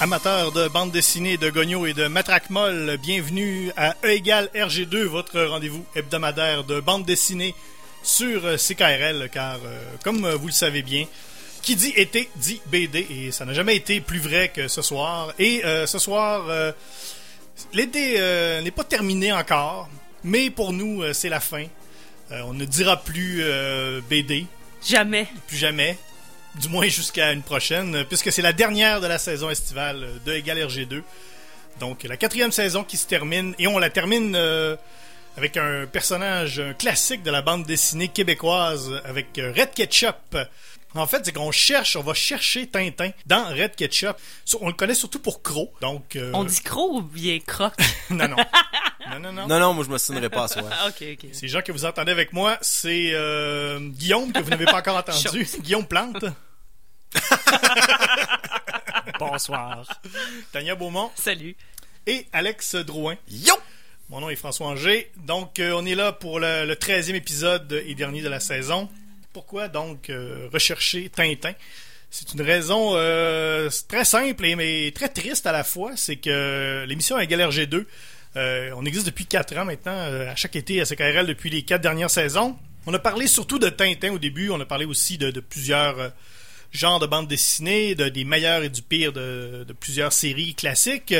Amateurs de bande dessinée, de gognos et de matraque molle, bienvenue à E égale RG2, votre rendez-vous hebdomadaire de bande dessinée sur euh, CKRL, car euh, comme euh, vous le savez bien, qui dit été dit BD, et ça n'a jamais été plus vrai que ce soir. Et euh, ce soir, euh, l'été euh, n'est pas terminé encore, mais pour nous, euh, c'est la fin. Euh, on ne dira plus euh, BD, Jamais. plus jamais, du moins jusqu'à une prochaine, euh, puisque c'est la dernière de la saison estivale euh, de Égal RG2. Donc la quatrième saison qui se termine, et on la termine euh, avec un personnage un classique de la bande dessinée québécoise, euh, avec euh, Red Ketchup. En fait, c'est qu'on cherche, on va chercher Tintin dans Red Ketchup. So- On le connaît surtout pour Croc, donc... euh, On dit croc ou bien croc? Non, non. non, non, non. Non, non, moi je m'obstinerai pas à soi. Ah, ok, ok. Ces gens que vous entendez avec moi, c'est euh, Guillaume, que vous n'avez pas encore entendu. Guillaume Plante. Bonsoir. Tania Beaumont Salut. et Alex Drouin. Yo! Mon nom est François Angers. Donc, euh, on est là pour le, le 13e épisode et dernier de la saison. Pourquoi donc euh, rechercher Tintin C'est une raison euh, très simple et mais très triste à la fois. C'est que l'émission à Galère G2, euh, on existe depuis 4 ans maintenant, euh, à chaque été à CKRL depuis les 4 dernières saisons. On a parlé surtout de Tintin au début. On a parlé aussi de, de plusieurs. euh, genre de bande dessinée, de, des meilleurs et du pire de, de plusieurs séries classiques.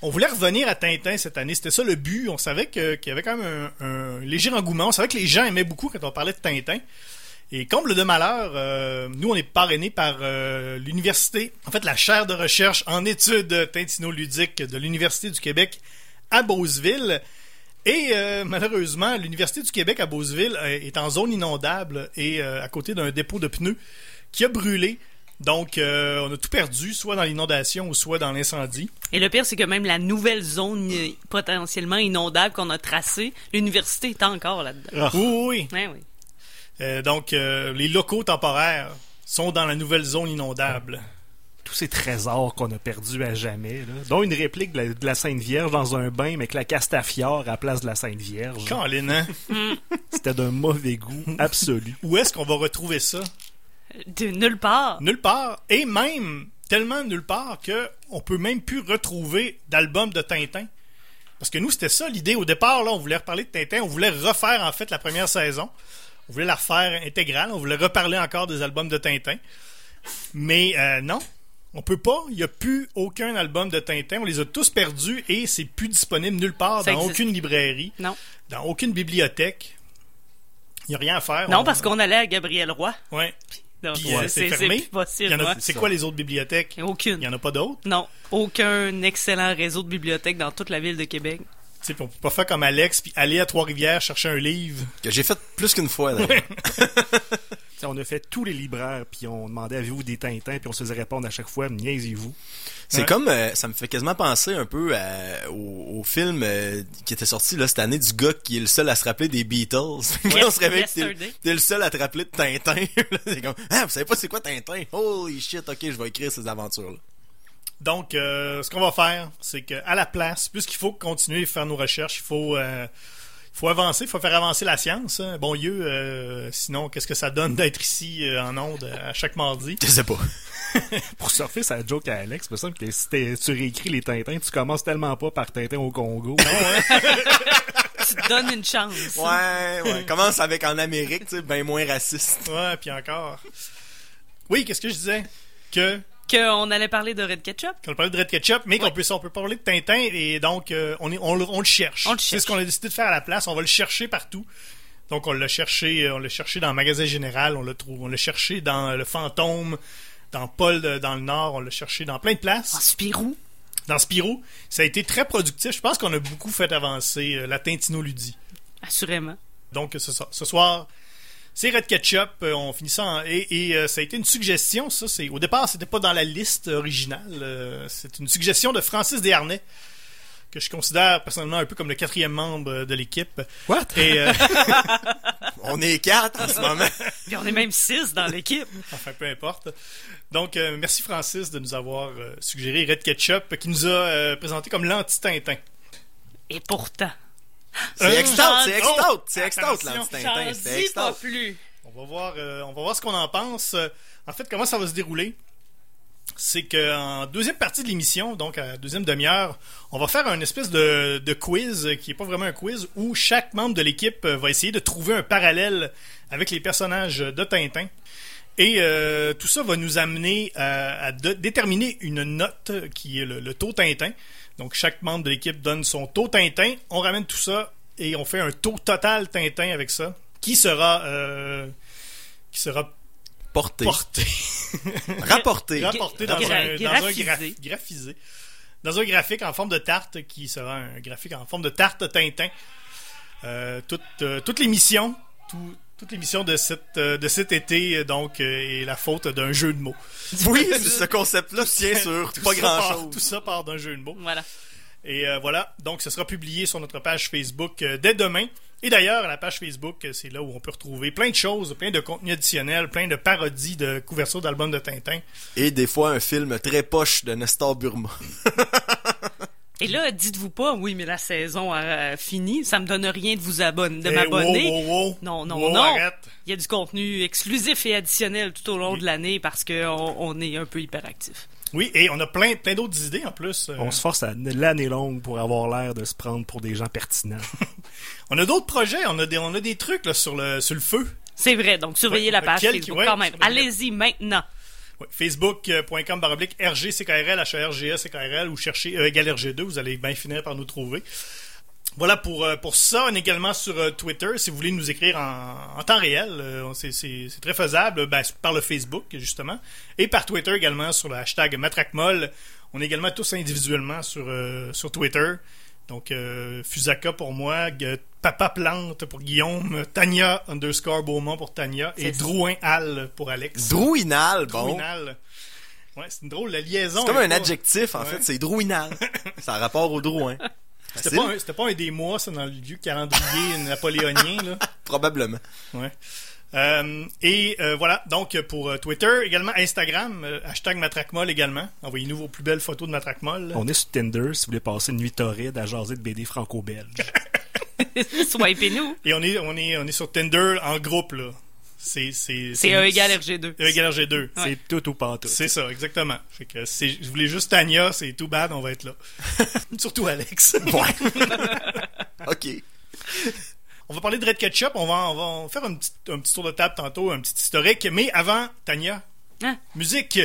On voulait revenir à Tintin cette année, c'était ça le but. On savait que- qu'il y avait quand même un, un léger engouement. On savait que les gens aimaient beaucoup quand on parlait de Tintin. Et comble de malheur, euh, nous on est parrainés par euh, l'université, en fait la chaire de recherche en études tintinoludiques de l'université du Québec à Beauceville. Et euh, malheureusement, l'Université du Québec à Beauceville euh, est en zone inondable et euh, à côté d'un dépôt de pneus qui a brûlé. Donc, euh, on a tout perdu, soit dans l'inondation ou soit dans l'incendie. Et le pire, c'est que même la nouvelle zone euh, potentiellement inondable qu'on a tracée, l'université est encore là-dedans. Oui, oui, Ben oui. Ouais, oui. Euh, donc, euh, les locaux temporaires sont dans la nouvelle zone inondable. tous ces trésors qu'on a perdus à jamais, là, dont une réplique de la, de la Sainte Vierge dans un bain, mais que la castafiore à la place de la Sainte Vierge. Colin, hein? C'était d'un mauvais goût absolu. Où est-ce qu'on va retrouver ça? De nulle part. Nulle part. Et même, tellement nulle part que on peut même plus retrouver d'album de Tintin. Parce que nous, c'était ça l'idée. Au départ, là, on voulait reparler de Tintin. On voulait refaire, en fait, la première saison. On voulait la refaire intégrale. On voulait reparler encore des albums de Tintin. Mais euh, non, on peut pas. Il n'y a plus aucun album de Tintin. On les a tous perdus et c'est plus disponible nulle part, Ça dans existe. aucune librairie, Non. dans aucune bibliothèque. Il n'y a rien à faire. Non, On- parce qu'on allait à Gabriel Roy. Ouais. Donc, Ah. Puis, euh, c'est- c'est c'est fermé. plus possible. Il y en a- ouais. C'est quoi les autres bibliothèques? Il Aucune. n'y en a pas d'autres. Non, aucun excellent réseau de bibliothèques dans toute la ville de Québec. Tu sais, puis on peut pas faire comme Alex puis aller à Trois-Rivières chercher un livre. Que j'ai fait plus qu'une fois, d'ailleurs. T'sais, on a fait tous les libraires, puis on demandait avez-vous des Tintins, puis on se faisait répondre à chaque fois niaisez-vous. C'est Ouais. comme, euh, ça me fait quasiment penser un peu à- au, au film euh, qui était sorti là, cette année du gars qui est le seul à se rappeler des Beatles. Quand on se réveille, t'es, Yesterday. t'es le seul à te rappeler de Tintin. Là, c'est comme, ah, vous savez pas c'est quoi Tintin? Holy shit, ok, je vais écrire ces aventures-là. Donc, euh, ce qu'on va faire, c'est qu'à la place, puisqu'il faut continuer à faire nos recherches, il faut, euh, faut avancer, il faut faire avancer la science. hein. Bon lieu, euh, sinon, qu'est-ce que ça donne d'être ici euh, en onde euh, à chaque mardi? Je sais pas. Pour surfer sa joke à Alex, il me semble que si t'es- tu réécris les Tintins, tu commences tellement pas par Tintin au Congo. Tu te donnes une chance. Ouais, ouais. Commence avec en Amérique, tu sais, ben moins raciste. Ouais, puis encore. Oui, qu'est-ce que je disais? Que Qu'on allait parler de Red Ketchup. qu'on parle de Red Ketchup, mais qu'on peut, on peut parler de Tintin, et donc euh, on, est, on, le- on le cherche. On le C'est cherche. ce qu'on a décidé de faire à la place, on va le chercher partout. Donc on l'a cherché, euh, on l'a cherché dans le magasin général, on l'a trouvé, on l'a cherché dans euh, le fantôme, dans Paul de- dans le Nord, on l'a cherché dans plein de En places. Spirou. Dans Spirou, ça a été très productif. Je pense qu'on a beaucoup fait avancer euh, la Tintinoludie. Assurément. Donc ce, so- ce soir, c'est Red Ketchup. euh, On finit ça en- et, et, euh, ça a été une suggestion. Ça, c'est au départ, c'était pas dans la liste originale. euh, c'est une suggestion de Francis Desharnais que je considère personnellement un peu comme le quatrième membre de l'équipe. What? Et euh, On est quatre en ce moment. Puis on est même six dans l'équipe. enfin, peu importe. Donc, euh, merci Francis de nous avoir euh, suggéré Red Ketchup, qui nous a euh, présenté comme l'anti-Tintin. Et pourtant, C'est extant, c'est J'en- extant, oh! c'est extant, Attention, l'anti-Tintin, j'en c'est dis pas extant. plus. On va voir, euh, on va voir ce qu'on en pense. Euh, En fait, comment ça va se dérouler C'est que en deuxième partie de l'émission, donc à la deuxième demi-heure, on va faire un espèce de, de quiz euh, qui est pas vraiment un quiz où chaque membre de l'équipe euh, va essayer de trouver un parallèle avec les personnages de Tintin. Et euh, tout ça va nous amener à, à de- déterminer une note euh, qui est le, le taux Tintin. Donc chaque membre de l'équipe donne son taux Tintin. On ramène tout ça et on fait un taux total Tintin avec ça, qui sera euh, qui sera Porté, porté, rapporté. rapporté dans, Gra- un, dans un graph- graphisé. graphisé. dans un graphique en forme de tarte qui sera un graphique en forme de tarte Tintin. Euh, toute euh, toute l'émission, tout- toute l'émission de cette euh, de cet été euh, donc euh, est la faute d'un jeu de mots. Oui, ce concept-là tient sur Tout pas ça part- grand-chose. Tout ça part d'un jeu de mots. Voilà. Et euh, voilà, donc ce sera publié sur notre page Facebook euh, dès demain. Et d'ailleurs, la page Facebook, euh, c'est là où on peut retrouver plein de choses, plein de contenus additionnels, plein de parodies de couvertures d'albums de Tintin. Et des fois, un film très poche de Nestor Burma. Et là, dites-vous pas, oui, mais la saison a euh, fini, ça me donne rien de vous abonner, de Eh, m'abonner. wow, wow, wow. Non, non, Wow, non. arrête. Il y a du contenu exclusif et additionnel tout au long de l'année parce qu'on on est un peu hyperactif. Oui, et on a plein, plein d'autres idées en plus. Euh, On se force à l'année longue pour avoir l'air de se prendre pour des gens pertinents. on a d'autres projets, on a des, on a des trucs là, sur, le, sur le feu. C'est vrai, donc surveillez Ouais, la page quel qui- Facebook ouais, quand même. surveillez-la. Allez-y maintenant. Ouais, euh, Facebook.com baroblique RGCKRL, HRGSCKRL ou cherchez euh, égal RG2, vous allez bien finir par nous trouver. Voilà pour, euh, pour ça. On est également sur euh, Twitter si vous voulez nous écrire en, en temps réel. euh, on- c'est- c'est c'est très faisable euh, ben, par le Facebook, justement, et par Twitter également sur le hashtag MatraqueMolle. On est également tous individuellement sur, euh, sur Twitter. Donc, euh, Fusaka pour moi, Gu- Papa Plante pour Guillaume, Tania underscore Beaumont pour Tania et C'est ça. Drouin Hall pour Alex. Drouinal, bon. Drouinal. Ouais, c'est une drôle, la liaison. Oh. C'est comme est un pas- adjectif, en Ouais. fait. C'est drouinal. Ça a rapport au drouin. C'était Facile, pas, un, c'était pas un des mois, ça, dans le vieux calendrier napoléonien, là. probablement. Ouais. Euh, et euh, voilà, donc pour euh, Twitter, également Instagram, euh, hashtag Matraquemol également. Envoyez-nous vos plus belles photos de Matraquemol. On est sur Tinder si vous voulez passer une nuit torride à jaser de BD franco-belge. Swipez-nous. Et on est, on, est, on est sur Tinder en groupe, là. C'est c'est- C'est c'est- E égale RG2. E égale RG2. Ouais. C'est tout ou pas tout. C'est ça, exactement. Fait que c'est- je voulais juste Tania, c'est tout bad, on va être là. Surtout Alex. OK. On va parler de Red Ketchup, on va, on va faire un petit, un petit tour de table tantôt, un petit historique. Mais avant, Tania, Hein? musique.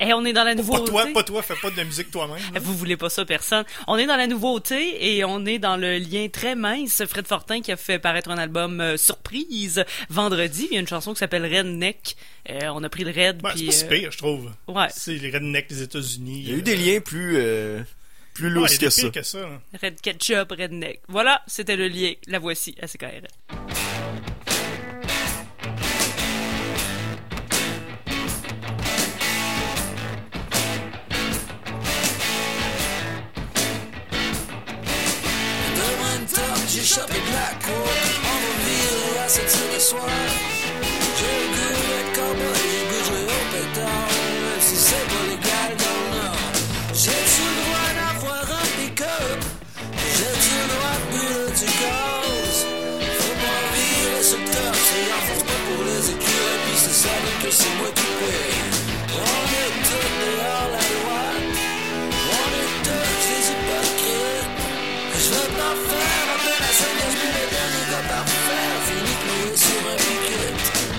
Et Eh, on est dans la Pas nouveauté. toi, pas toi, fais pas de la musique toi-même. là. Hein? Vous voulez pas ça, personne. On est dans la nouveauté et on est dans le lien très mince. Fred Fortin qui a fait paraître un album euh, surprise vendredi. Il y a une chanson qui s'appelle Redneck. Euh, on a pris le Red. Ouais, c'est puis, pas si euh, pire, je trouve. ouais, C'est les rednecks des États-Unis. Il y a eu des liens plus, euh, plus Ouais, lourds il y a que des ça. pires que ça. là. Red Ketchup, Redneck. Voilà, c'était le lien. La voici à CKRL. Demain tard, j'ai chopé de la coke On va virer à 7 heures le soir J'ai le goût d'être cowboy J'ai le goût de jouer au pétard Même si c'est pas légal dans le Nord J'ai-tu le droit d'avoir un pick-up J'ai-tu le droit de buller du gaz Faut pas virer sur le top C'est en France pas pour les écureuils Puis c'est ça que c'est moi qui paye On est tous dehors la loi On est tous des hypocrites je veux pas faire appel à Seigneur, je suis le dernier gars parfait, fini cloué sur un piquet.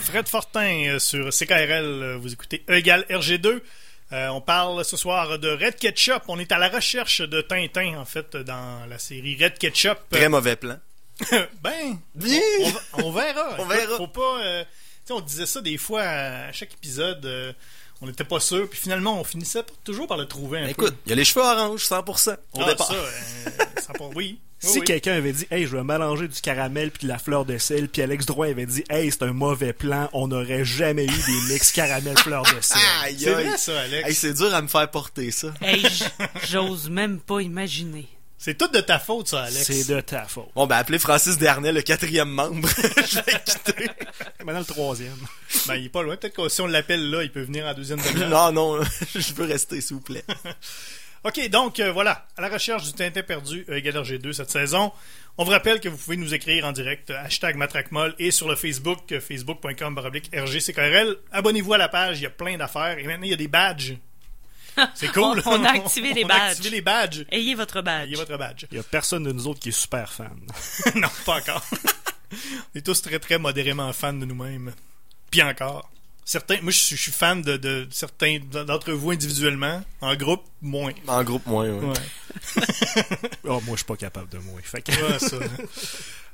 Fred Fortin euh, sur CKRL. euh, Vous écoutez E égale RG2. Euh, on parle ce soir de Red Ketchup. On est à la recherche de Tintin, en fait, dans la série Red Ketchup. Très mauvais plan. ben, Bien! on, va- on verra. On Écoute, verra. Faut pas. euh, tu sais, on disait ça des fois à, à chaque épisode. euh, on n'était pas sûr. Puis finalement, on finissait p- toujours par le trouver un peu. Ben, Écoute, il y a les cheveux orange, 100%. Au Ah, départ. ça, euh, ça part- oui. Oui, Si Oh oui. quelqu'un avait dit, hey, je vais mélanger du caramel puis de la fleur de sel, puis Alex Droit avait dit, hey, c'est un mauvais plan, on n'aurait jamais eu des mix caramel fleur de sel. Aïe, C'est vrai, aïe. ça, Alex. Hey, c'est dur à me faire porter, ça. Hey, j- j'ose même pas imaginer. C'est tout de ta faute, ça, Alex. C'est de ta faute. Bon, ben, appelez Francis Dernay, le quatrième membre. Je vais quitter. Maintenant le troisième. Ben, il est pas loin. Peut-être que si on l'appelle là, il peut venir en deuxième demi Non, non, je veux rester, s'il vous plaît. OK, donc euh, voilà, à la recherche du Tintin perdu euh, Galère G2 cette saison. On vous rappelle que vous pouvez nous écrire en direct, euh, hashtag matraquemolle, et sur le Facebook, euh, facebook.com baroblique RGCKRL. Abonnez-vous à la page, il y a plein d'affaires. Et maintenant, il y a des badges. C'est cool. On- on a activé les On a badges. activé les badges. Ayez votre badge. Ayez votre badge. Il y a personne de nous autres qui est super fan. non, pas encore. on est tous très, très modérément fans de nous-mêmes. Puis encore. Certains, moi, je suis, je suis fan de, de certains d'entre vous individuellement. En groupe, moins. En groupe, moins, ouais. Ouais. Oh, moi, je suis pas capable de moi. Fait que... Ouais, ça. hein.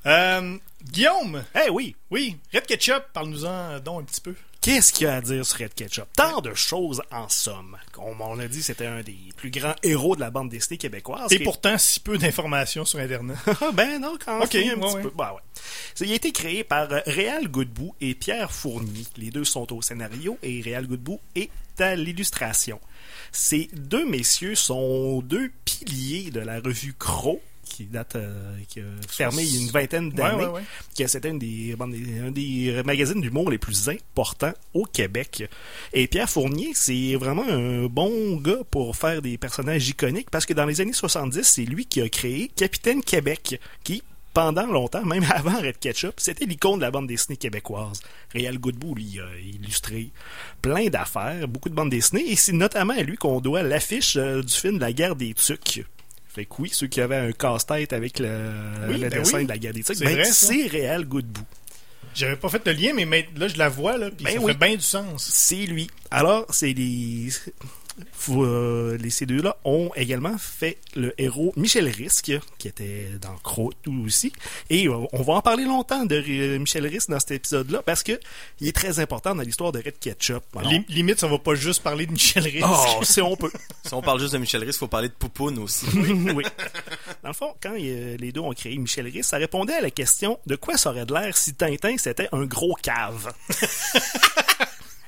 Euh, Guillaume, Eh oui! oui, Red Ketchup, parle-nous-en euh, donc un petit peu. Qu'est-ce qu'il y a à dire sur Red Ketchup? Tant de choses en somme. Comme on l'a dit, c'était un des plus grands héros de la bande dessinée québécoise. Et pourtant, si peu d'informations sur Internet. Ah, ben non, quand Ok, même. ouais, ouais. Bah, ouais. C'est- Il a été créé par euh, Réal Godbout et Pierre Fournier. Les deux sont au scénario et Réal Godbout est à l'illustration. Ces deux messieurs sont deux piliers de la revue Cro qui date euh, qui a fermé il y a une vingtaine d'années, ouais, ouais. que c'était une des, bandes- un des magazines d'humour les plus importants au Québec. Et Pierre Fournier, c'est vraiment un bon gars pour faire des personnages iconiques parce que dans les années 70, c'est lui qui a créé Capitaine Québec, qui pendant longtemps, même avant Red Ketchup, c'était l'icône de la bande dessinée québécoise. Réal Godbout, lui, a illustré plein d'affaires, beaucoup de bandes dessinées, et c'est notamment à lui qu'on doit l'affiche euh, du film La guerre des Tucs. Fait que oui, ceux qui avaient un casse-tête avec le, Oui, le ben dessin oui. de la guerre des Tucs, C'est ben, vrai, ça. c'est Réal Godbout. J'avais pas fait le lien, mais maintenant, là, je la vois, là, puis Ben ça oui. fait bien du sens. C'est lui. Alors, c'est les... Faut, euh, les ces deux-là ont également fait le héros Michel Risque, qui était dans Crow tout aussi. Et euh, on va en parler longtemps de euh, Michel Risque dans cet épisode-là, parce que il est très important dans l'histoire de Red Ketchup. Alors, Lim- limite, ça va pas juste parler de Michel Riz. Oh, si on peut. Si on parle juste de Michel Riss, faut parler de Poupoune aussi. oui. Dans le fond, quand euh, les deux ont créé Michel Riss, ça répondait à la question de quoi ça aurait de l'air si Tintin c'était un gros cave.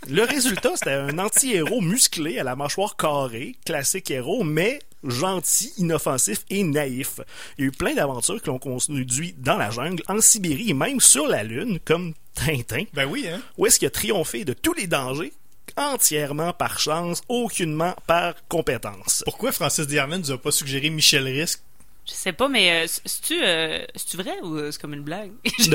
le résultat, c'était un anti-héros musclé à la mâchoire carrée, classique héros, mais gentil, inoffensif et naïf. Il y a eu plein d'aventures que l'on conduit dans la jungle, en Sibérie et même sur la Lune, comme Tintin Ben oui, hein. où est-ce qu'il a triomphé de tous les dangers, entièrement par chance, aucunement par compétence. Pourquoi Francis Diarmond nous a pas suggéré Michel Risque? Je sais pas, mais euh, c- c'est-tu euh, c'est-tu vrai ou euh, c'est comme une blague?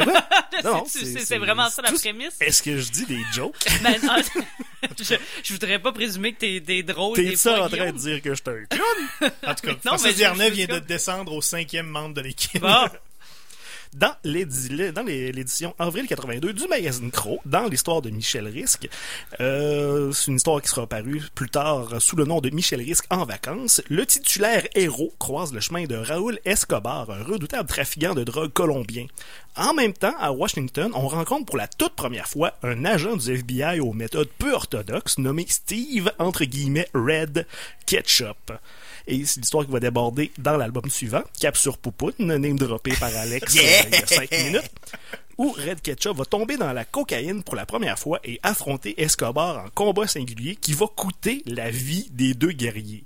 Non, C'est- c'est- c'est vraiment ça la tout- prémisse? Est-ce que je dis des jokes? Ben, non, je, je voudrais pas présumer que t'es t'es drôle. T'es des ça fois, en train de Guillaume. dire que je te En tout cas, mais Francis je- Diarmond je- vient de comme- descendre au cinquième membre de l'équipe. Bon, dans l'édi- dans les- l'édition avril 82 du magazine Cro, dans l'histoire de Michel Risque. Euh, c'est une histoire qui sera apparue plus tard sous le nom de Michel Risque en vacances. Le titulaire héros croise le chemin de Raoul Escobar, un redoutable trafiquant de drogue colombien. En même temps, à Washington, on rencontre pour la toute première fois un agent du FBI aux méthodes peu orthodoxes nommé Steve, entre guillemets, Red Ketchup. Et c'est l'histoire qui va déborder dans l'album suivant, Cap sur Poupoune, name droppé par Alex euh, il y a cinq minutes, où Red Ketchup va tomber dans la cocaïne pour la première fois et affronter Escobar en combat singulier qui va coûter la vie des deux guerriers.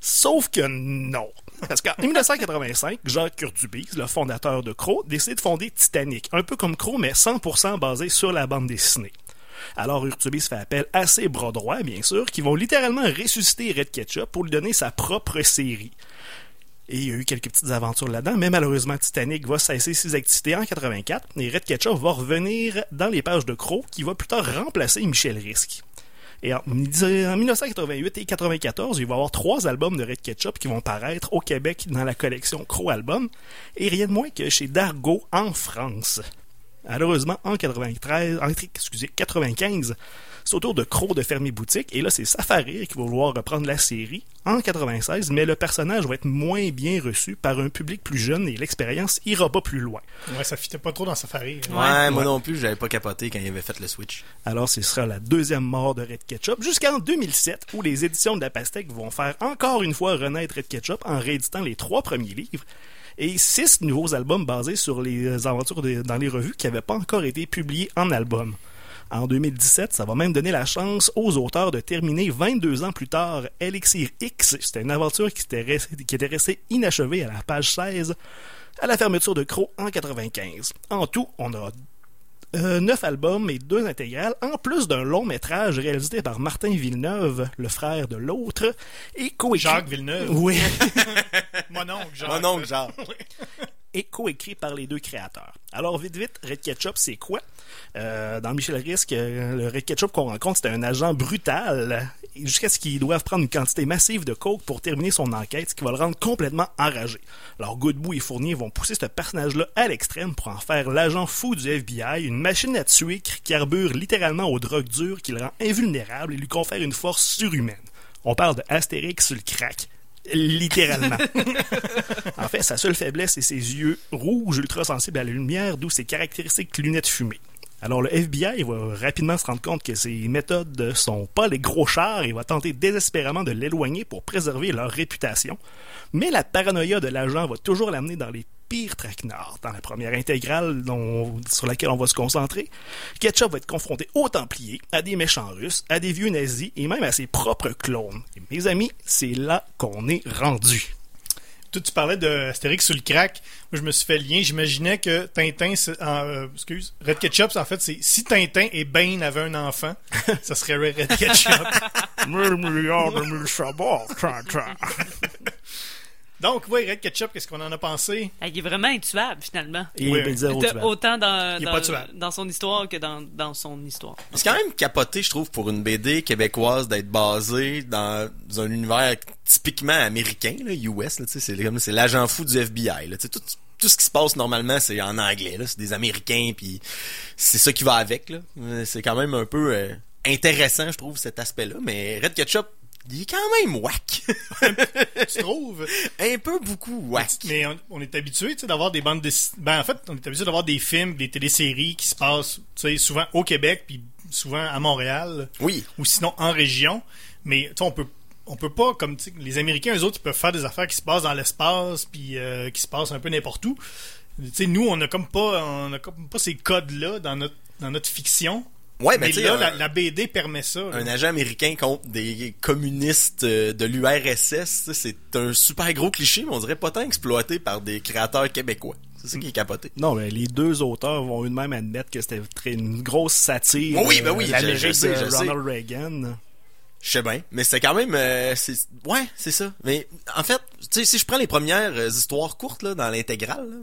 Sauf que non. Parce qu'en 1985, Jacques Curtubis, le fondateur de Crow, décide de fonder Titanic, un peu comme Crow, mais 100% basé sur la bande dessinée. Alors Urtubis fait appel à ses bras droits, bien sûr, qui vont littéralement ressusciter Red Ketchup pour lui donner sa propre série. Et il y a eu quelques petites aventures là-dedans, mais malheureusement Titanic va cesser ses activités en 84 et Red Ketchup va revenir dans les pages de Crow qui va plus tard remplacer Michel Risque. Et en, en 1988 et 94, il va y avoir trois albums de Red Ketchup qui vont paraître au Québec dans la collection Crow Album et rien de moins que chez Dargo en France. Malheureusement, en 93, en- excusez, 95, c'est au tour de Crow de fermer boutique, et là, c'est Safari qui va vouloir reprendre la série en 96, mais le personnage va être moins bien reçu par un public plus jeune et l'expérience ira pas plus loin. Ouais, ça fitait pas trop dans Safari. Ouais, moi non plus, j'avais pas capoté quand il avait fait le switch. Alors, ce sera la deuxième mort de Red Ketchup jusqu'en 2007, où les éditions de la Pastèque vont faire encore une fois renaître Red Ketchup en rééditant les trois premiers livres et six nouveaux albums basés sur les euh, aventures de- dans les revues qui n'avaient pas encore été publiées en album. En 2017, ça va même donner la chance aux auteurs de terminer 22 ans plus tard Elixir X. C'était une aventure qui était restée- qui était restée inachevée à la page 16 à la fermeture de Crow en 95. En tout, on a euh, neuf albums et deux intégrales, en plus d'un long métrage réalisé par Martin Villeneuve, le frère de l'autre, et coécrit. Jacques Villeneuve. Oui, Mon oncle, Jacques. Mon oncle, genre. et coécrit par les deux créateurs. Alors, vite, vite, Red Ketchup, c'est quoi? Euh, dans Michel Risque, euh, le Red Ketchup qu'on rencontre, c'est un agent brutal, euh, jusqu'à ce qu'il doive prendre une quantité massive de coke pour terminer son enquête, ce qui va le rendre complètement enragé. Alors, Godbout et Fournier vont pousser ce personnage-là à l'extrême pour en faire l'agent fou du FBI, une machine à tuer qui carbure littéralement aux drogues dures, qui le rend invulnérable et lui confère une force surhumaine. On parle de Astérix sur le crack, littéralement. En fait, sa seule faiblesse, c'est ses yeux rouges ultra sensibles à la lumière, d'où ses caractéristiques lunettes fumées. Alors, le FBI va rapidement se rendre compte que ses méthodes sont pas les gros chars et va tenter désespérément de l'éloigner pour préserver leur réputation. Mais la paranoïa de l'agent va toujours l'amener dans les pires traquenards. Dans la première intégrale dont- sur laquelle on va se concentrer, Ketchup va être confronté aux Templiers, à des méchants russes, à des vieux nazis et même à ses propres clones. Et mes amis, c'est là qu'on est rendu. Toi, tu parlais de Astérix sous le crack. Moi, je me suis fait le lien. J'imaginais que Tintin, c'est- en, euh, excuse, Red Ketchup, en fait, c'est si Tintin et Bane avaient un enfant, ça serait Red Ketchup. Mille milliards de mille sabords, tchan, tchan. Donc, ouais, Red Ketchup, qu'est-ce qu'on en a pensé? Ah, Il est vraiment intuable, finalement. Et Oui, ben, oui. zéro T'as tuable. Autant dans, Il est dans, pas tuable. dans son histoire que dans, dans son histoire. C'est quand même capoté, je trouve, pour une BD québécoise d'être basée dans un univers typiquement américain, là, US. là, tu sais, c'est comme- c'est l'agent fou du FBI. Là, tu sais, tout, tout ce qui se passe normalement, c'est en anglais. là, C'est des Américains, puis c'est ça qui va avec. là. Mais C'est quand même un peu euh, intéressant, je trouve, cet aspect-là. Mais Red Ketchup, il est quand même whack. Tu trouves? un peu beaucoup whack. Mais on, on est habitué, tu sais, d'avoir des bandes dessinées. Ben, en fait, on est habitué d'avoir des films, des téléséries qui se passent, tu sais, souvent au Québec, puis souvent à Montréal. Oui. ou sinon en région. Mais tu sais, on peut on peut pas comme tu sais, les Américains eux autres ils peuvent faire des affaires qui se passent dans l'espace puis euh, qui se passent un peu n'importe où. Tu sais nous on a comme pas on a comme pas ces codes là dans notre dans notre fiction. Ouais, mais mais tu sais, là un- la, la BD permet ça. là. un agent américain contre des communistes euh, de l'URSS, ça, c'est un super gros cliché, mais on dirait pas tant exploité par des créateurs québécois. C'est ça qui est capoté. Non, mais les deux auteurs vont eux-mêmes admettre que c'était très- une grosse satire. Oui, ben oui, euh, je- l'Amérique je sais, de je sais. Ronald Reagan. Je sais bien, mais c'est quand même, euh, c'est, ouais, c'est ça. Mais en fait, tu sais, si je prends les premières euh, histoires courtes là dans l'intégrale, là,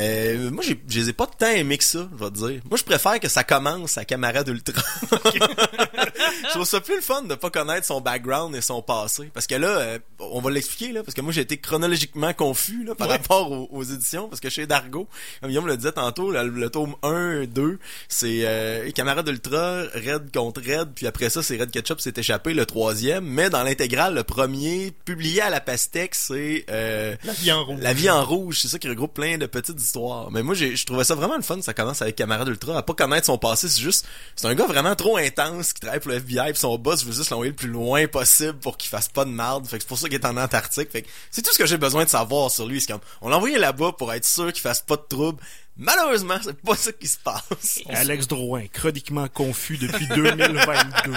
euh, moi, j'ai, je les ai pas tant aimé que ça, je vais te dire. Moi, je préfère que ça commence à Camarade Ultra. je trouve ça plus le fun de pas connaître son background et son passé, parce que là, euh, on va l'expliquer là, parce que moi, j'ai été chronologiquement confus là par rapport aux, aux éditions, parce que chez Dargo, comme Guillaume le disait tantôt, le, le tome 1, 2, c'est euh, Camarade Ultra, Red contre Red, puis après ça, c'est Red Ketchup s'est échappé, le troisième. Mais dans l'intégrale, le premier, publié à la pastèque, c'est... euh, La vie en rouge. la vie en rouge, c'est ça qui regroupe plein de petites histoires. Mais moi, j'ai- je trouvais ça vraiment le fun. Ça commence avec Camarade Ultra, à pas connaître son passé. C'est juste, c'est un gars vraiment trop intense qui travaille pour le FBI. Puis son boss veut juste l'envoyer le plus loin possible pour qu'il fasse pas de merde. Fait que c'est pour ça qu'il est en Antarctique. Fait que c'est tout ce que j'ai besoin de savoir sur lui. C'est comme, on l'a envoyé là-bas pour être sûr qu'il fasse pas de trouble. Malheureusement, c'est pas ça qui se passe. Alex Drouin, chroniquement confus depuis 2022.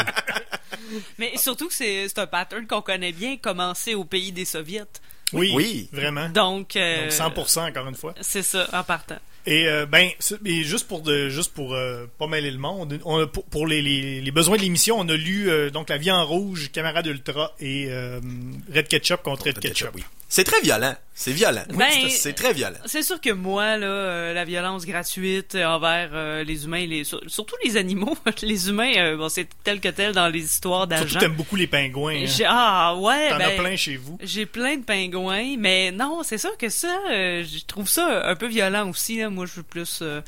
Mais surtout que c'est c'est un pattern qu'on connaît bien, commencé au pays des soviets. Oui, Oui. vraiment. Donc, euh, Donc 100% encore une fois. c'est ça, en partant. Et euh, ben c'est- et juste pour de juste pour euh, pas mêler le monde, on a- pour, pour les, les, les besoins de l'émission, on a lu euh, donc La vie en rouge, Camarade Ultra et euh, Red Ketchup contre Red, Ketchup. oui. C'est très violent. C'est violent. Ben- C'est- c'est très violent. C'est sûr que moi, là, euh, la violence gratuite envers euh, les humains, les, sur- surtout les animaux, les humains, euh, bon, c'est tel que tel dans les histoires Surtout d'agents. t'aimes beaucoup les pingouins. hein. J'ai- Ah ouais, T'en ben, as plein chez vous. J'ai plein de pingouins, mais non, c'est sûr que ça, euh, je trouve ça un peu violent aussi. là. Moi, je suis plus euh,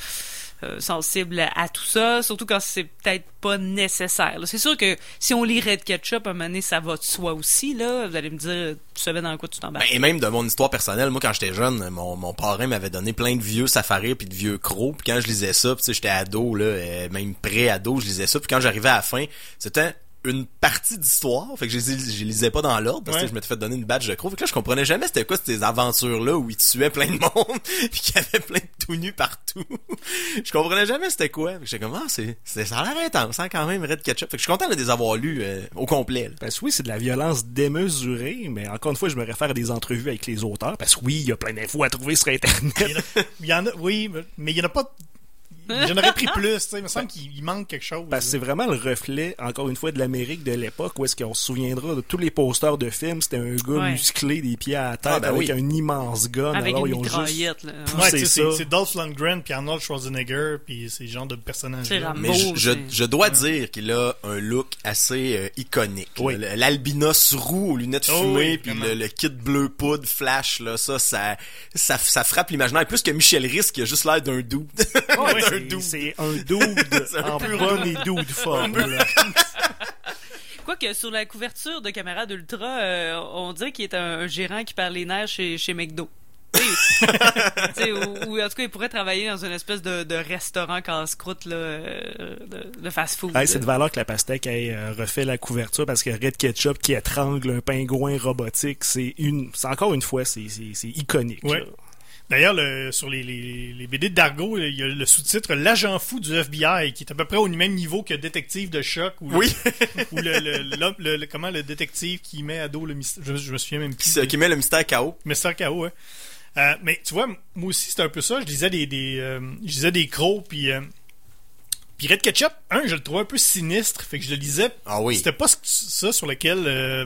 euh, sensible à, à tout ça, surtout quand c'est peut-être pas nécessaire. là. C'est sûr que si on lirait de ketchup, à un moment donné, ça va de soi aussi. Là. Vous allez me dire, tu savais dans quoi tu t'embarques. Ben, et même de mon histoire personnelle, moi quand j'étais jeune, mon, mon parrain m'avait donné plein de vieux safaris puis de vieux crocs, puis quand je lisais ça, puis tu sais, j'étais ado là, euh, même pré-ado, je lisais ça, puis quand j'arrivais à la fin, c'était une partie d'histoire, fait que je les, je les lisais pas dans l'ordre parce que Ouais. je m'étais fait donner une badge de crocs, fait que là je comprenais jamais c'était quoi ces aventures là où ils tuaient plein de monde, puis qu'il y avait plein de tout nus partout. je comprenais jamais c'était quoi. Fait que J'étais comme ah c'est c'est- ça a l'air intense hein, quand même Red Ketchup. Fait que je suis content de les avoir lus euh, au complet. là. Parce que oui, c'est de la violence démesurée, mais encore une fois, je me réfère à des entrevues avec les auteurs, parce que oui, il y a plein d'infos à trouver sur Internet. Il y en a, oui, mais- mais il y en a pas. J'en aurais pris plus, tu sais. Il me semble qu'il il manque quelque chose. Parce que Ben, c'est vraiment le reflet, encore une fois, de l'Amérique de l'époque, où est-ce qu'on se souviendra de tous les posters de films, c'était un gars Ouais. musclé des pieds à la tête Ah, ben avec oui. un immense gun. Avec Ben, alors une ils ont juste... mitraillette. là. poussé Ouais, c'est tu sais, ça. c'est c'est Dolph Lundgren puis Arnold Schwarzenegger puis ces genres de personnages. C'est Rambo. Mais je, je, c'est- je dois dire qu'il a un look assez euh, iconique. Oui. Le- L'albinos roux aux lunettes Oh fumées, oui, puis vraiment. le, le kit bleu poudre flash, là, ça, ça, ça, ça frappe l'imaginaire. Plus que Michel Riss qui a juste l'air d'un doux. Ouais, C'est c'est- un dude. c'est un dude C'est un en bonne et dude forme. là. Quoique sur la couverture de Camarade Ultra, euh, on dirait qu'il est un, un gérant qui perd les nerfs chez, chez McDo. Tu sais, tu sais, ou, ou en tout cas, il pourrait travailler dans une espèce de, de restaurant casse-croûte là, euh, de, de fast-food. Hey, c'est de valeur que la pastèque ait euh, refait la couverture parce que Red Ketchup qui étrangle un pingouin robotique, c'est une, c'est encore une fois, c'est, c'est, c'est iconique. Ouais. là. D'ailleurs, le- sur les, les, les BD de Dargo, il y a le sous-titre L'agent fou du FBI, qui est à peu près au même niveau que Détective de choc ou, le- oui, ou le, le- l'homme- le- le- comment le détective qui met à dos le mystère. Je, je me souviens même plus. qui, se- qui met le mystère KO. Mr. KO, hein. Euh, mais tu vois, m- moi aussi, c'était un peu ça. Je lisais des, des, euh, je lisais des crocs, puis, euh, puis Red Ketchup, un, je le trouvais un peu sinistre. Fait que je le lisais. Ah oui. C'était pas ce- ça sur lequel euh,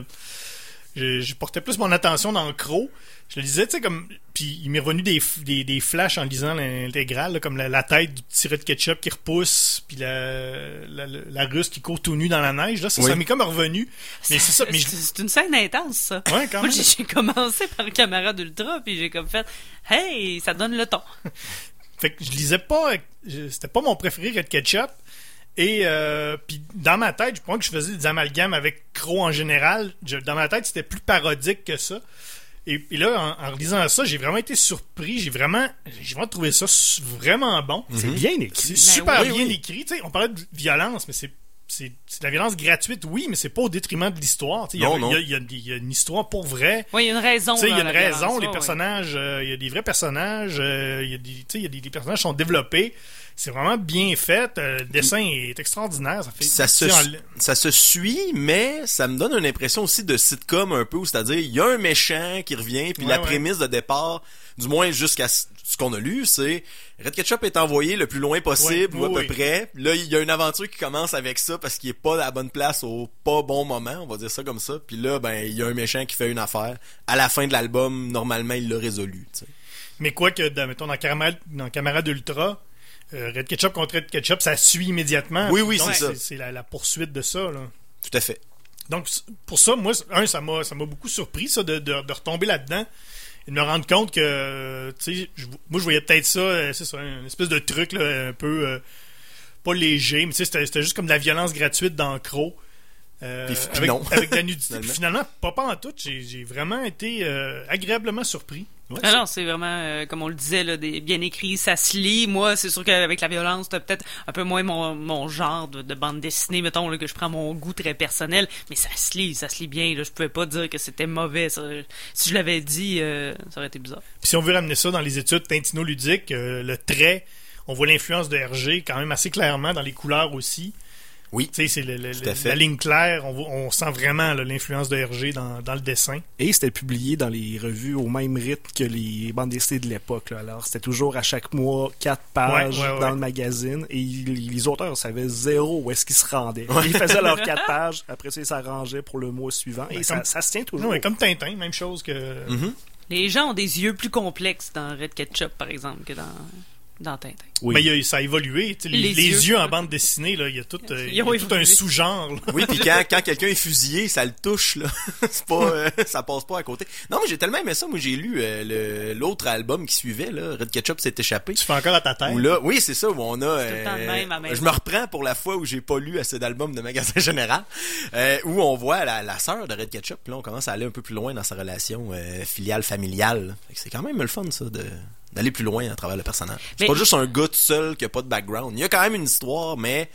je, je portais plus mon attention dans le croc. Je le lisais, tu sais, comme. Puis il m'est revenu des, f- des, des flashs en lisant l'intégrale, là, comme la, la tête du petit Red Ketchup qui repousse, puis la, la, la- la russe qui court tout nu dans la neige. Là, ça, Oui. ça m'est comme revenu. Mais c'est ça. Mais je- C'est- c'est une scène intense, ça. Ouais, quand Moi, même. j'ai- j'ai commencé par Camarade Ultra, puis j'ai comme fait Hey, ça donne le ton. Fait que je lisais pas, je- c'était pas mon préféré Red Ketchup. Et euh, puis dans ma tête, je pense que je faisais des amalgames avec Crow en général. Je- dans ma tête, c'était plus parodique que ça. Et, puis là, en, en lisant ça, j'ai vraiment été surpris. J'ai vraiment, j'ai vraiment trouvé ça su- vraiment bon. C'est bien écrit. C'est super oui, bien oui. écrit. Tu sais, on parlait de violence, mais c'est c'est c'est de la violence gratuite, oui, mais c'est pas au détriment de l'histoire. Tu sais, Il y, a- Non, non. il y a- il y a- il y a une histoire pour vrai. Oui, il y a une raison. Tu sais, il y a dans une la raison, violence, les ouais, personnages, euh, il y a des vrais personnages, euh, il y a des, tu sais, il y a des, des personnages qui sont développés. C'est vraiment bien fait. euh, le dessin est extraordinaire. Ça fait. Puis ça se, tu sais, en- ça se suit, mais ça me donne une impression aussi de sitcom un peu, où c'est-à-dire, il y a un méchant qui revient, puis Ouais, la ouais. prémisse de départ, du moins jusqu'à ce ce qu'on a lu, c'est Red Ketchup est envoyé le plus loin possible, Ouais, ou à ouais, peu près. Là, il y a une aventure qui commence avec ça, parce qu'il est pas à la bonne place au pas bon moment, on va dire ça comme ça. Puis là, ben, il y a un méchant qui fait une affaire. À la fin de l'album, normalement, il l'a résolu, tu sais. Mais quoi que, dans, mettons, dans Camarade, dans Camarade Ultra, euh, Red Ketchup contre Red Ketchup, ça suit immédiatement. Oui, oui, Donc, c'est ça. C'est la, la poursuite de ça. Là. Tout à fait. Donc, c- pour ça, moi, c- un, ça m'a, ça m'a beaucoup surpris, ça, de, de, de retomber là-dedans et de me rendre compte que, euh, tu sais, je- moi, je voyais peut-être ça, euh, c'est ça, une espèce de truc, là, un peu, euh, pas léger, mais tu sais, c'était, c'était juste comme de la violence gratuite dans Crow. Euh, Puis f- avec, non. avec de la nudité. Puis Finalement. finalement, pas, pas en tout, j'ai, j'ai vraiment été euh, agréablement surpris. ouais. Ah non, c'est vraiment, euh, comme on le disait, là, des, bien écrit, ça se lit. Moi, c'est sûr qu'avec la violence, t'as peut-être un peu moins mon, mon genre de, de bande dessinée, mettons, là, que je prends mon goût très personnel, mais ça se lit, ça se lit bien. Là, je pouvais pas dire que c'était mauvais. ça. Si je l'avais dit, euh, ça aurait été bizarre. Puis si on veut ramener ça dans les études tintino-ludiques, euh, le trait, on voit l'influence de Hergé quand même assez clairement dans les couleurs aussi. Oui. Tu sais, c'est le- le- Tout à le- fait. la ligne claire, on, voit- on sent vraiment là, l'influence de Hergé dans, dans le dessin. Et c'était publié dans les revues au même rythme que les bandes dessinées de l'époque. là. Alors, c'était toujours à chaque mois quatre pages Ouais, ouais, ouais. dans le magazine. Et il- les auteurs savaient zéro où est-ce qu'ils se rendaient. Ils faisaient leurs quatre pages. Après ça, ils s'arrangeaient pour le mois suivant. Et Ben, ça, comme- ça se tient toujours. Non, mais comme Tintin, même chose que. Mhm. Les gens ont des yeux plus complexes dans Red Ketchup, par exemple, que dans dans Tintin. Oui. Mais il y a- ça a évolué. tu sais, Les, Les les yeux. yeux en bande dessinée, là, il y a tout, euh, il y Ils a ont tout un évolué. sous-genre. là. Oui, puis quand, quand quelqu'un est fusillé, ça le touche, là. C'est pas, euh, ça passe pas à côté. Non, mais j'ai tellement aimé ça. Moi, j'ai lu euh, le- l'autre album qui suivait, là, Red Ketchup s'est échappé. Tu fais encore à ta tête. Où là, oui, c'est ça, où on a. euh, tout le temps le même à la je maison. me reprends pour la fois où j'ai pas lu assez d'albums de Magasin Général, euh, où on voit la, la sœur de Red Ketchup. Là, on commence à aller un peu plus loin dans sa relation euh, filiale-familiale. là. Fait que C'est quand même le fun, ça, de d'aller plus loin à travers le personnage. C'est Mais- pas juste un gars tout seul qui a pas de background. Il y a quand même une histoire, mais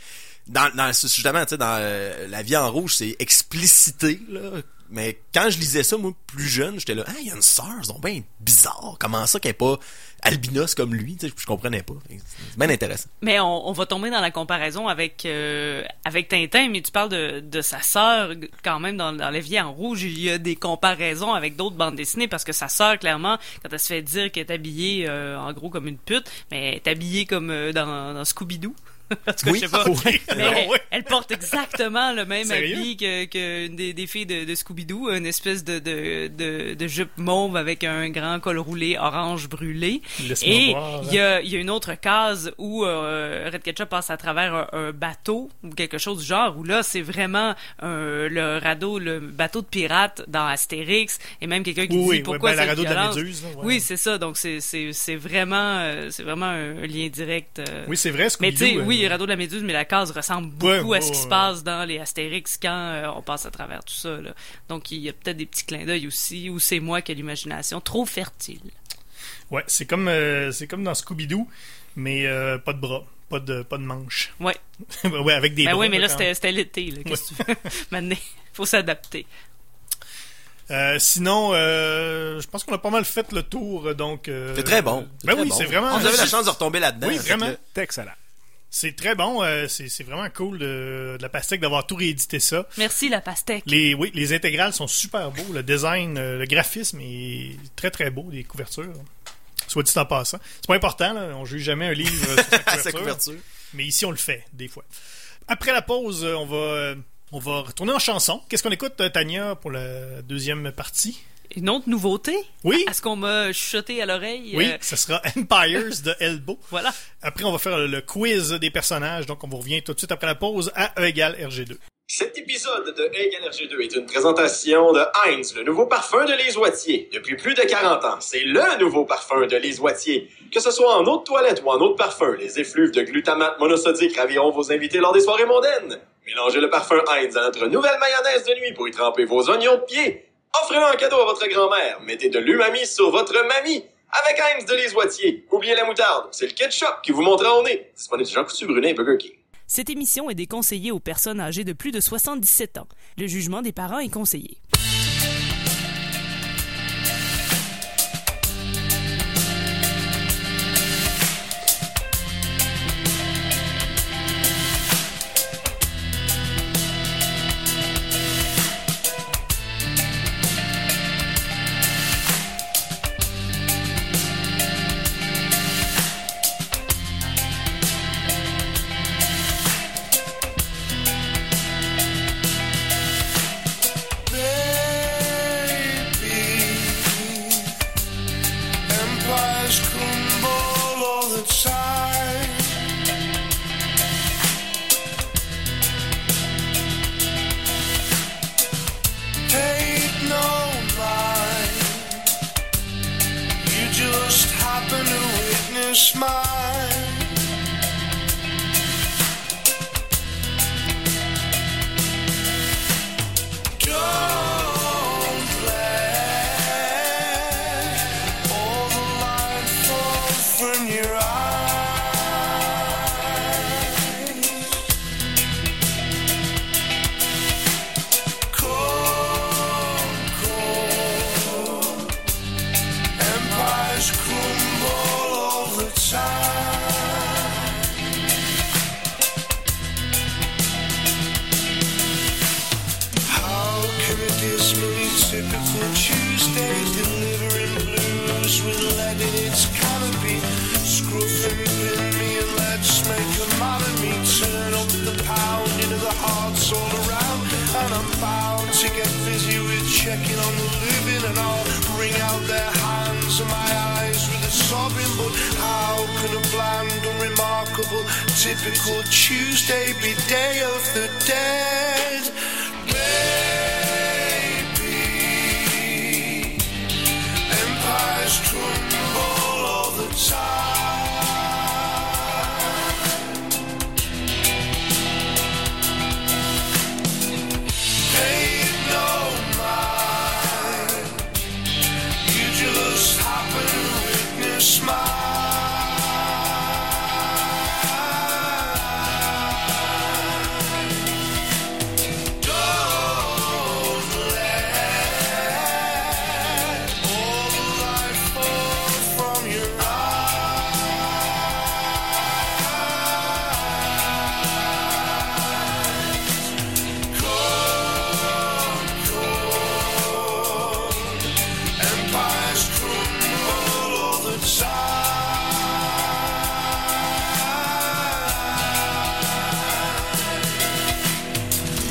dans, dans justement, tu sais, dans euh, La vie en rouge, c'est explicité, là. Mais quand je lisais ça, moi, plus jeune, j'étais là, ah, il y a une sœur, ils sont bien bizarres. Comment ça qu'elle est pas albinos comme lui? Tu sais, je, je comprenais pas. Fait que C'est bien intéressant. Mais on, on va tomber dans la comparaison avec euh, avec Tintin, mais tu parles de, de sa sœur quand même dans, dans l'évier en rouge. Il y a des comparaisons avec d'autres bandes dessinées parce que sa sœur, clairement, quand elle se fait dire qu'elle est habillée euh, en gros comme une pute, mais elle est habillée comme euh, dans, dans Scooby-Doo. en tout cas, Oui. je sais pas. Oui. Mais Non, oui. elle porte exactement le même Ah Sérieux? habit que, que une des, des filles de, de Scooby-Doo, une espèce de, de, de, de jupe mauve avec un grand col roulé orange brûlé. Laisse-moi Et hein. voir. eh, il y, a- il y a une autre case où euh, Red Ketchup passe à travers un, un bateau ou quelque chose du genre, où là, c'est vraiment euh, le radeau, le bateau de pirate dans Astérix, et même quelqu'un qui Oui, dit oui, pourquoi oui, ben, la cette radeau de la violence. Méduse, là, ouais. Oui, c'est ça. Donc, c'est- c'est c'est vraiment, euh, c'est vraiment un, un lien direct. euh, Oui, c'est vrai, mais tu sais, Scooby-Doo, euh, oui, les radeaux de la Méduse, mais la case ressemble beaucoup Ouais, ouais, à ce qui ouais. se passe dans les Astérix quand euh, on passe à travers tout ça. là. Donc, il y a peut-être des petits clins d'œil aussi, ou c'est moi qui ai l'imagination trop fertile. Ouais, c'est comme, euh, c'est comme dans Scooby-Doo, mais euh, pas de bras, pas de, pas de manches. Ouais. ouais, avec des Ben bras. oui, mais là, quand c'était c'était l'été. là. Qu'est-ce que tu veux? Maintenant, faut s'adapter. Euh, sinon, euh, je pense qu'on a pas mal fait le tour, donc. euh, C'est très bon. Ben très oui, bon. c'est vraiment. On avait la chance de retomber là-dedans. Oui, Fait que vraiment. C'est excellent. C'est très bon. euh, c'est c'est vraiment cool de, de la pastèque d'avoir tout réédité ça. Merci, la pastèque. Les, oui, les intégrales sont super beaux. Le design, euh, le graphisme est très très beau. Les couvertures. Soit dit en passant. C'est pas important. Là, on juge jamais un livre euh, sur sa À sa couverture. couverture. Mais ici, on le fait, des fois. Après la pause, euh, on va, euh, on va retourner en chanson. Qu'est-ce qu'on écoute, euh, Tania, pour la deuxième partie? Une autre nouveauté? Oui. À ce qu'on m'a chuchoté à l'oreille? Oui, Ah, euh, ce sera Empires de Elbow. voilà. Après, on va faire le quiz des personnages. Donc, on vous revient tout de suite après la pause à E égale RG2. Cet épisode de Egg RG2 est une présentation de Heinz, le nouveau parfum de Les Oitiers. Depuis plus de 40 ans, c'est le nouveau parfum de Les Oitiers. Que ce soit en eau de toilette ou en eau de parfum, les effluves de glutamate monosodique raviront vos invités lors des soirées mondaines. Mélangez le parfum Heinz à notre nouvelle mayonnaise de nuit pour y tremper vos oignons de pied. Offrez-le en cadeau à votre grand-mère. Mettez de l'umami sur votre mamie. Avec Heinz de Les Oitiers, oubliez la moutarde, c'est le ketchup qui vous montera au nez. Disponible chez Jean Coutu, Brunet et Burger King. Cette émission est déconseillée aux personnes âgées de plus de 77 ans. Le jugement des parents est conseillé. Empires crumble all the time. Paid no mind. You just happen to witness mine. Don't let all the light fall from your eyes. Cold, cold, empires crumble all the time. How can it dismiss typical Tuesday delivering blues with lead in its canopy? Screw in me and let's make a man of me. Turn up the pound into the hearts all around, and I'm bound to get busy with checking on the living, and I'll bring out their hands and my eyes with a sobbing. But how can a blind typical Tuesday be day of the dead. Maybe empires crumble all the time. Pay no mind. You just happen to witness mine. Don't let all the light fall from your eyes. Concord. Empires crumble all the time.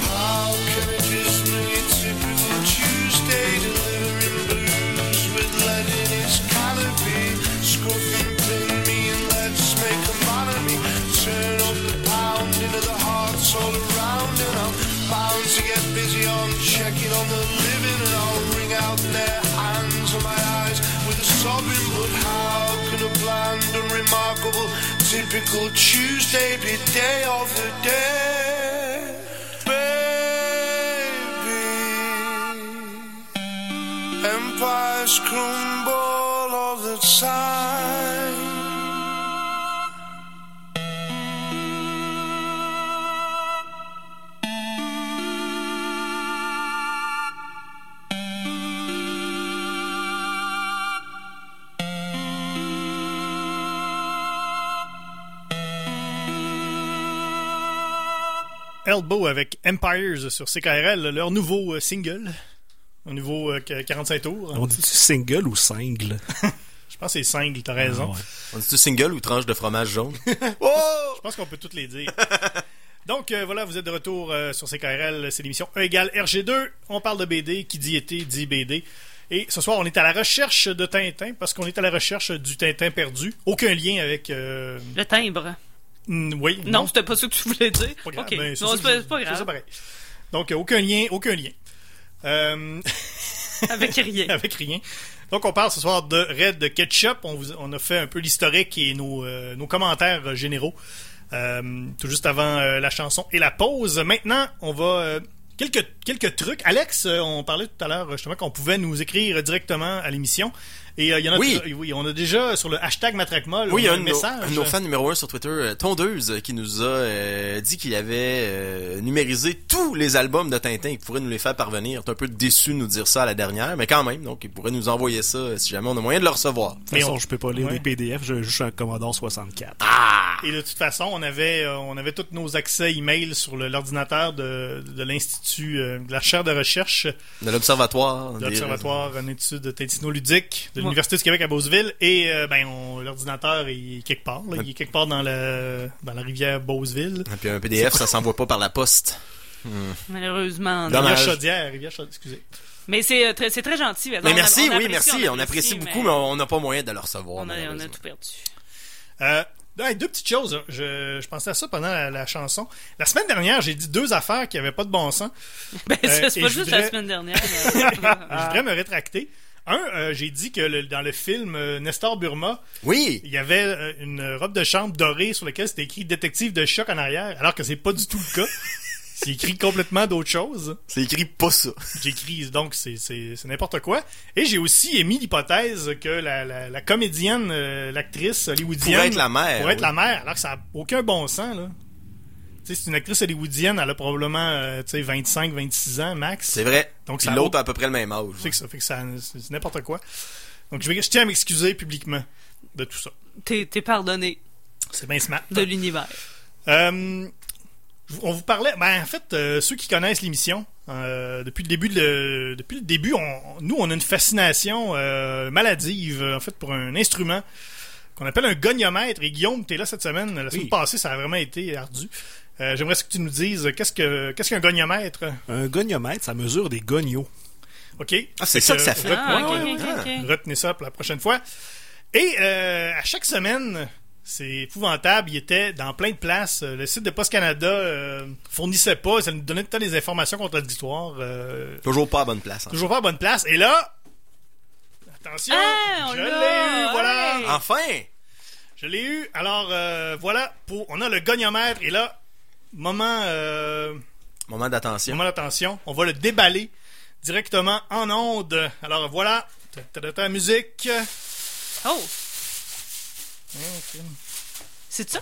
How can it just be a typical Tuesday delivering blues with lead in its canopy? Scruff and pin me and let's make a man of me. Turn up the pound into the hearts all around and I'm bound to get busy on checking on the living and I'll wring out their hands on my eyes with a sobbing. But how can a bland and remarkable typical Tuesday be day of the dead? Baby, empires crumble all the time. Elbow avec Empires sur CKRL, leur nouveau euh, single. Un nouveau euh, qu- 45 tours. On dit single ou single? Je pense que c'est single, t'as raison. Ah ouais. On dit-tu single ou tranche de fromage jaune? Je pense qu'on peut toutes les dire. Donc euh, voilà, vous êtes de retour euh, sur CKRL, c'est l'émission E égale RG2. On parle de BD, qui dit été dit BD. Et ce soir, on est à la recherche de Tintin parce qu'on est à la recherche du Tintin perdu. Aucun lien avec. euh, Le timbre. mm, oui. Non, c'était pas ça que tu voulais dire. pas grave. Ok. ben, c'est non, ça c'est que pas, je- c'est pas c'est ça grave. pareil. Donc euh, aucun lien, aucun lien. Euh, Avec rien. avec rien. Donc, on parle ce soir de Red Ketchup. On, vous- on a fait un peu l'historique et nos, euh, nos commentaires euh, généraux euh, tout juste avant euh, la chanson et la pause. Maintenant, on va... euh, Quelques, quelques trucs. Alex, euh, on parlait tout à l'heure justement qu'on pouvait nous écrire directement à l'émission. Et euh, il y en a Oui. oui, on a déjà sur le hashtag Matracmol Oui, il y on a a un le de nos, message. un de nos fans numéro un sur Twitter, euh, Tondeuse, euh, qui nous a euh, dit qu'il avait euh, numérisé tous les albums de Tintin et qu'il pourrait nous les faire parvenir. T'es un peu déçu de nous dire ça à la dernière, mais quand même, donc il pourrait nous envoyer ça euh, si jamais on a moyen de le recevoir. De toute façon, on- je peux pas lire Ouais. des PDF, je je suis un Commodore 64. Et de toute façon, on avait, euh, on avait tous nos accès email sur le- l'ordinateur de, de l'Institut, euh, de la chaire de recherche De l'Observatoire. de des- l'Observatoire en études de Tintinoludique de Ouais. l'Université du Québec à Beauceville. Et euh, ben, on- l'ordinateur il est quelque part. là. Il est quelque part dans, le, dans la rivière Beauceville. Et puis un PDF, ça s'envoie pas par la poste. Malheureusement. Dans non. ma- Rivière Dommage. Chaudière, rivière Chaudière, excusez. Mais c'est euh, très, c'est très gentil. Mais merci, oui, merci. On apprécie beaucoup, mais on n'a pas moyen de le recevoir. on a, on a malheureusement. tout perdu. Euh, ouais, deux petites choses. hein. Je, je pensais à ça pendant la, la chanson. La semaine dernière, j'ai dit deux affaires qui n'avaient pas de bon sens. Ben, ça, Euh, et c'est pas je juste voudrais- la semaine dernière. mais- Je voudrais me rétracter. Un, euh, j'ai dit que le- dans le film euh, Nestor Burma, Oui, il y avait euh, une robe de chambre dorée sur laquelle c'était écrit détective de choc en arrière, alors que c'est pas du tout le cas. c'est écrit complètement d'autre chose. c'est écrit pas ça. J'écris, donc c'est c'est- c'est n'importe quoi. Et j'ai aussi émis l'hypothèse que la, la- la comédienne, euh, l'actrice hollywoodienne... Pourrait être la mère, Pourrait être oui. la mère, alors que ça n'a aucun bon sens, là. Tu sais, c'est une actrice hollywoodienne, elle a probablement, euh, tu sais, 25, 26 ans max. C'est vrai. Donc, Donc ça a l'autre a à peu près le même âge. Fait que ça, fait que ça, c'est c'est n'importe quoi. Donc je, vais- je tiens à m'excuser publiquement de tout ça. T'es t'es pardonné C'est bien smart. de l'univers. Euh, on vous parlait, ben, en fait, euh, ceux qui connaissent l'émission, euh, depuis le début, de le- depuis le début, on- nous, on a une fascination euh, maladive, euh, en fait, pour un instrument qu'on appelle un goniomètre. Et Guillaume, t'es là cette semaine. La semaine Oui. passée, ça a vraiment été ardu. Euh, J'aimerais que tu nous dises euh, qu'est-ce que qu'est-ce qu'un goniomètre. Un goniomètre, ça mesure des gognos. Ok. Ah, c'est ça que ça fait. retenez- Ah, ok, ouais, ok, ouais. ok, ok. Retenez ça pour la prochaine fois. Et euh, à chaque semaine, C'est épouvantable. Il était dans plein de places. Euh, Le site de Post Canada euh, fournissait pas. Ça nous donnait tout le temps des informations contradictoires. euh, Toujours pas à bonne place. hein. toujours pas à bonne place. Et là, attention, Ah, on je l'ai l'a, eu. Voilà, ouais. Enfin! je l'ai eu. Alors euh, voilà, pour on a le gagnomètre et là, moment, euh, Moment d'attention. moment d'attention, on va le déballer directement en onde. Alors voilà, Ta- ta- ta- ta musique. Oh! C'est ça?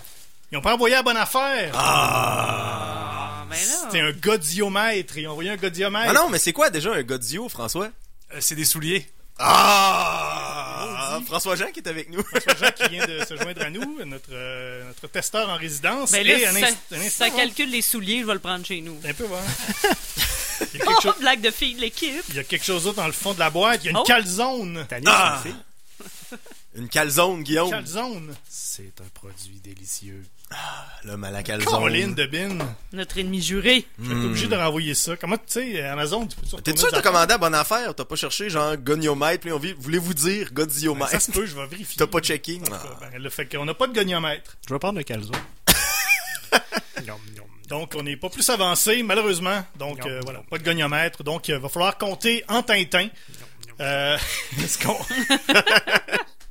Ils ont pas envoyé la bonne affaire. Ah, ben C'était là. un godiomètre. Ils ont envoyé un godiomètre. Ah non, mais c'est quoi déjà un godio, François? Euh, C'est des souliers. Ah! François-Jean qui est avec nous. Jean qui vient de se joindre à nous, notre, euh, notre testeur en résidence. Ben et là, un, ça, inst- un instant, ça hein. calcule les souliers, je vais le prendre chez nous. un peu, voilà. Il y a Oh, quelque chose- blague de fille de l'équipe! Il y a quelque chose d'autre dans le fond de la boîte. Il y a une Oh. calzone. Ta nièce, Ah! c'est une fille? Une calzone, Oh. Guillaume. Calzone. C'est un produit délicieux. L'homme à la calzone. Hmm. Caroline de Bin. Notre ennemi juré. Je vais être obligé de renvoyer ça. Comment tu sais, Amazon, tu peux tu T'es sûr que t'as commandé à bonne affaire? T'as pas cherché genre goniomètre, puis on vit, voulez-vous dire Ça godiomètre? se peut, je vais vérifier. T'as pas checké? Ah, ben, le fait qu'on n'a pas de goniomètre. Je vais prendre le calzone. Nom, nom. Donc, on n'est pas plus avancé, malheureusement. Donc, Non. euh, voilà, pas de goniomètre. Donc, il va falloir compter en tintin. Euh, Est-ce qu'on.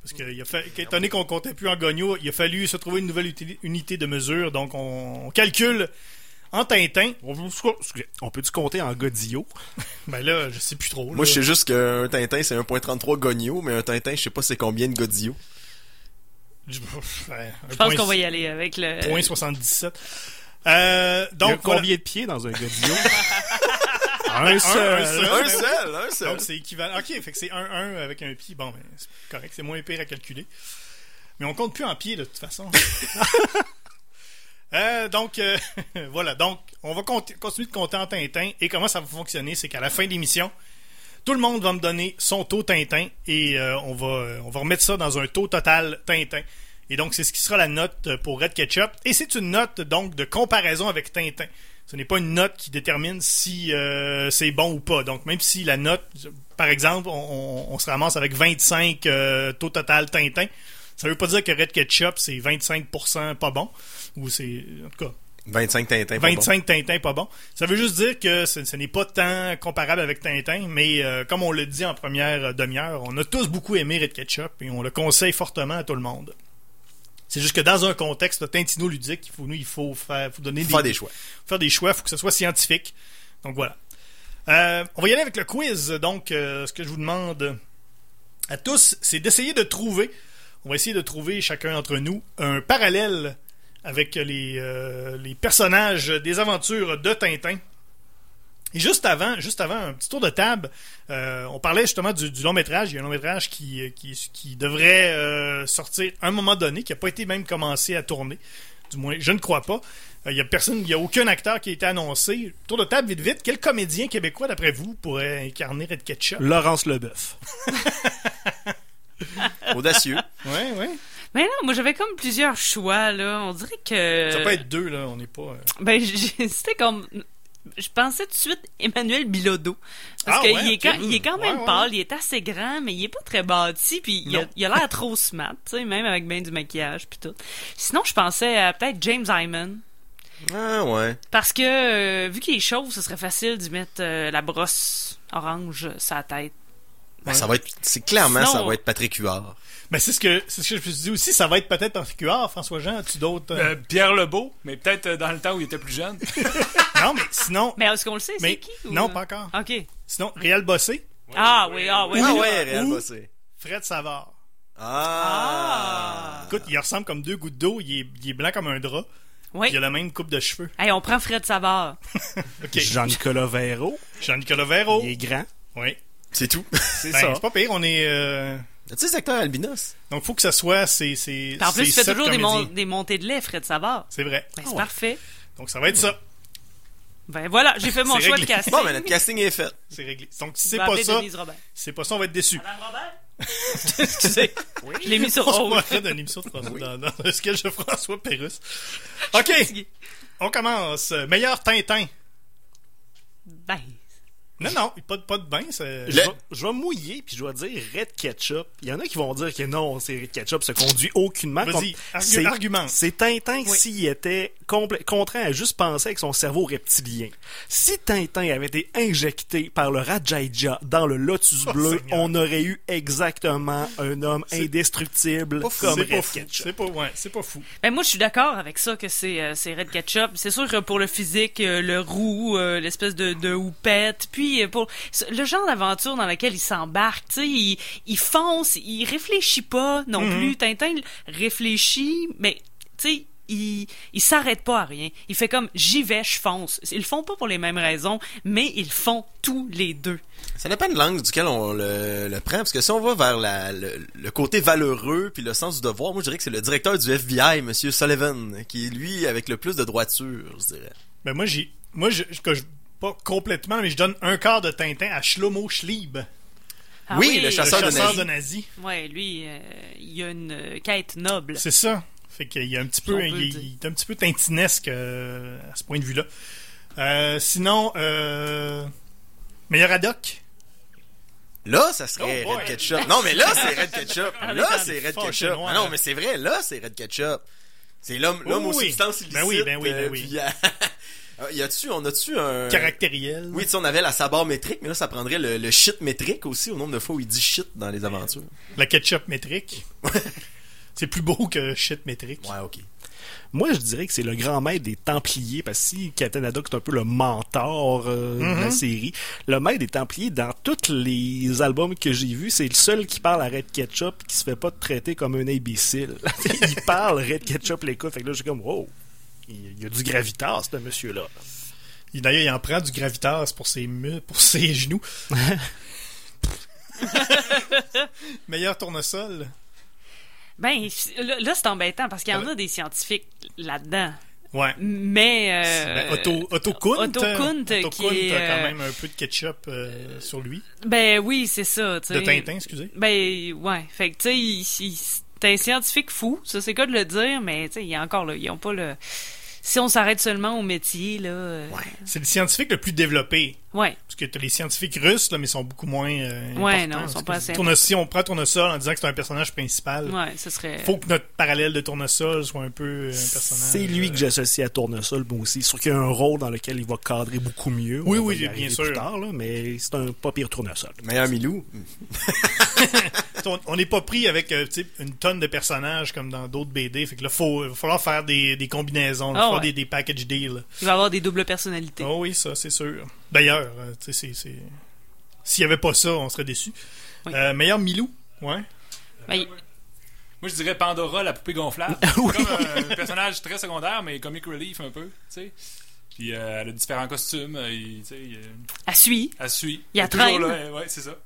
Parce qu'il a fait, étant donné qu'on comptait plus en gagno, il a fallu se trouver une nouvelle uti- unité de mesure. Donc, on, on calcule en tintin. On excusez, on peut-tu compter en godillot? Ben là, je sais plus trop. là. Moi, je sais juste qu'un Tintin, c'est 1.33 Gogno, mais un Tintin, je sais pas c'est combien de Godio. Je ouais, Je pense qu'on va y aller avec le. Point 77. Euh, Donc, donc, combien voilà. de pieds dans un godillot? un un seul. seul. Un seul, un seul. Donc, c'est équivalent. OK, fait que c'est 1-1 avec un pied. Bon, ben, c'est correct. C'est moins pire à calculer. Mais on compte plus en pied, de toute façon. Euh, donc, euh, voilà. Donc, on va conti- continuer de compter en Tintin. Et comment ça va fonctionner, c'est qu'à la fin de l'émission, tout le monde va me donner son taux Tintin. Et euh, on, va, euh, on va remettre ça dans un taux total Tintin. Et donc, c'est ce qui sera la note euh, pour Red Ketchup. Et c'est une note, donc, de comparaison avec Tintin. Ce n'est pas une note qui détermine si euh, c'est bon ou pas. Donc, même si la note, par exemple, on, on- on se ramasse avec 25 euh, taux total Tintin, ça veut pas dire que Red Ketchup, c'est 25% pas bon. Ou c'est, en tout cas, 25 Tintin. pas 25 Tintin pas bon. Ça veut juste dire que ce, ce n'est pas tant comparable avec Tintin, mais euh, comme on le dit en première euh, demi-heure, on a tous beaucoup aimé Red Ketchup et on le conseille fortement à tout le monde. C'est juste que dans un contexte tintino-ludique, il faut, nous, il faut faire, faut donner bon. Faire des choix. faire des choix, il faut que ce soit scientifique. Donc voilà. Euh, on va y aller avec le quiz. Donc, euh, ce que je vous demande à tous, c'est d'essayer de trouver, on va essayer de trouver chacun d'entre nous un parallèle avec les, euh, les personnages des aventures de Tintin. Et juste avant, juste avant, un petit tour de table, euh, on parlait justement du, du long métrage. Il y a un long métrage qui, qui, qui devrait euh, sortir à un moment donné, qui n'a pas été même commencé à tourner. Du moins, je ne crois pas. Euh, Il n'y a personne, il y a aucun acteur qui a été annoncé. Tour de table, vite, vite. Quel comédien québécois, d'après vous, pourrait incarner Red Ketchup? Laurence Leboeuf. Audacieux. Ouais, ouais. Mais non, moi j'avais comme plusieurs choix, là. On dirait que. Ça peut être deux, là. On n'est pas. euh, Ben, j'ai- c'était comme. Je pensais tout de suite Emmanuel Bilodeau. Parce Ah, qu'il est, ouais, ok. quand- il est quand Ouais, même ouais, pâle, il est assez grand, mais il est pas très bâti, puis il a Non. il a l'air trop smart, tu sais, même avec bien du maquillage, puis tout. Sinon, je pensais à peut-être James Hyman. Ah ouais. Parce que, euh, vu qu'il est chauve, ce serait facile d'y mettre euh, la brosse orange euh, sur la tête. Ben, ça va être, c'est clairement, Sinon- ça va être Patrick Huard. Mais c'est ce que c'est ce que je me suis dit aussi, ça va être peut-être particulier, François Jean, as-tu d'autres euh, Euh, Pierre Lebeau, mais peut-être euh, dans le temps où il était plus jeune. Non, mais sinon Mais est-ce qu'on le sait, mais c'est qui? ou- euh? non, pas encore. OK. Sinon Réal Bossé, ah oui, ah oui. Ah oui. ouais, Réal Ou- Bossé. Fred Savard. Ah. Écoute, il ressemble comme deux gouttes d'eau, il est, il est blanc comme un drap, Oui. puis il a la même coupe de cheveux. Hey, on prend Fred Savard. OK. Jean-Nicolas Véro. Jean-Nicolas Véro. Il est grand. Oui. C'est tout. C'est Ben, ça. c'est pas pire, on est euh, As-tu des acteurs albinos? donc faut que ça soit c'est c'est Puis En plus, c'est il fait sept toujours des, mon- comédiens. des montées de lait, Fred Savard. C'est vrai. Ben, c'est parfait. Donc ça va être ça. Ben voilà, j'ai fait mon C'est choix de réglé. casting. Bon, mais notre casting est fait. C'est réglé. Donc si Je c'est vais pas appeler ça, Ben, Denise Robert. si c'est pas ça, on va être déçu. Excusez. Je l'ai mis sur Oh, On se haut. croirait dans l'émission de François, dans, dans le sketch de François Pérusse. OK, on commence. Meilleur Tintin. Ben, Non, non, pas, de- pas de bain. c'est- Euh, Je, vais, je vais mouiller, puis je vais dire Red Ketchup. Il y en a qui vont dire que non, c'est Red Ketchup se conduit aucunement. Vas-y, contre- argu- c'est- argumente. C'est Tintin Oui. s'il était compl- contraint à juste penser avec son cerveau reptilien. Si Tintin avait été injecté par le Rajaija dans le Lotus Oh, Bleu, Seigneur. on aurait eu exactement un homme indestructible Pas fou, comme c'est pas Red fou. Ketchup. C'est pas, ouais, c'est pas fou. Ben moi, je suis d'accord avec ça que c'est euh, c'est Red Ketchup. C'est sûr que pour le physique, euh, le roux, euh, l'espèce de, de houppette, puis euh, pour ce- le genre d'aventure dans laquelle il s'embarque, tu sais, il, il fonce, il réfléchit pas non Mhm. plus. Tintin réfléchit, mais tu sais, il, il s'arrête pas à rien. Il fait comme j'y vais, je fonce. Ils le font pas pour les mêmes raisons, mais ils le font tous les deux. Ça dépend de l'angle duquel on le, le prend, parce que si on va vers la- le, le côté valeureux puis le sens du devoir, moi je dirais que c'est le directeur du FBI, Monsieur Sullivan, qui est lui avec le plus de droiture, je dirais. Ben moi, j'ai, moi, je, je- que je- pas complètement, mais je donne un quart de Tintin à Shlomo Schlieb, Ah Oui, le chasseur le de chasseur nazis. de nazis. Ouais, lui, euh, il a une euh, quête noble. C'est ça. Fait qu'il y a un petit peu, On peut il, le il- dire. il est un petit peu tintinesque euh, à ce point de vue-là. Euh, sinon, euh, meilleur Haddock. Là, ça serait Oh boy. Red Ketchup. Non, mais là, c'est Red Ketchup. Ah, Là, mais c'est t'as Red fâché Ketchup. noir, Ah hein. non, mais c'est vrai, là, c'est Red Ketchup. C'est l'homme l'homme Oui, aux oui. substances illicites. Ben oui, ben oui, ben euh, oui. puis, euh, y a-tu, on a-tu un... caractériel. Euh, Oui, tu sais, on avait la sabar métrique, mais là, ça prendrait le, le shit métrique aussi, au nombre de fois où il dit shit dans les aventures. La ketchup métrique. c'est plus beau que shit métrique. Ouais, ok. Moi, je dirais que c'est le grand maître des Templiers, parce que si Captain Haddock est un peu le mentor euh, de Mhm. la série, le maître des Templiers, dans tous les albums que j'ai vus, c'est le seul qui parle à Red Ketchup qui se fait pas traiter comme un imbécile. il parle, Red Ketchup l'écoute. Fait que là, je suis comme, wow, il y a du gravitas, ce monsieur-là. Il- D'ailleurs, il en prend du gravitas pour ses mu- pour ses genoux. meilleur tournesol. Ben, là, là, c'est embêtant parce qu'il y en a des scientifiques là-dedans. Ouais. Mais. Euh, Ben, Otto, Otto Kunt. Otto Kunt, Otto qui Kunt est, a quand euh, même un peu de ketchup euh, sur lui. Ben oui, c'est ça. tu De sais. Tintin, excusez. Ben, ouais. Fait que, tu sais, il- il- c'est un scientifique fou, ça, c'est quoi de le dire, mais, tu sais, il y a encore, là, ils ont pas le. Si on s'arrête seulement au métier, là. euh, C'est le scientifique le plus développé. ouais. Parce que t'as les scientifiques russes, là, mais ils sont beaucoup moins. euh, Ouais, importants. non, ils sont pas Parce que assez Tournesol, si on prend Tournesol en disant que c'est un personnage principal, Ouais, ce serait. faut que notre parallèle de Tournesol soit un peu euh, un personnage. C'est lui euh, que j'associe à Tournesol, moi aussi. Sûr qu'il y a un rôle dans lequel il va cadrer beaucoup mieux. Oui, On va oui, y bien arriver sûr. Plus tard, là, mais c'est un pas pire Tournesol. Meilleur Milou. On- On n'est pas pris avec euh, tu sais, une tonne de personnages comme dans d'autres BD. Fait que là, faut, il va falloir faire des, des combinaisons, il va Ah falloir ouais. des, des package deals. Il va avoir des doubles personnalités. Oh oui, ça, c'est sûr. D'ailleurs, euh, tu sais, c'est- c'est- s'il n'y avait pas ça, on serait déçus. Oui. Euh, meilleur Milou, ouais. Ben, il- Moi, je dirais Pandora, la poupée gonflable. Comme un personnage très secondaire, mais comic relief un peu, tu sais. Puis euh, elle a différents costumes, euh, il- tu sais, il- à suit. elle suit. Il y a est toujours traîne. là, elle- ouais, c'est ça.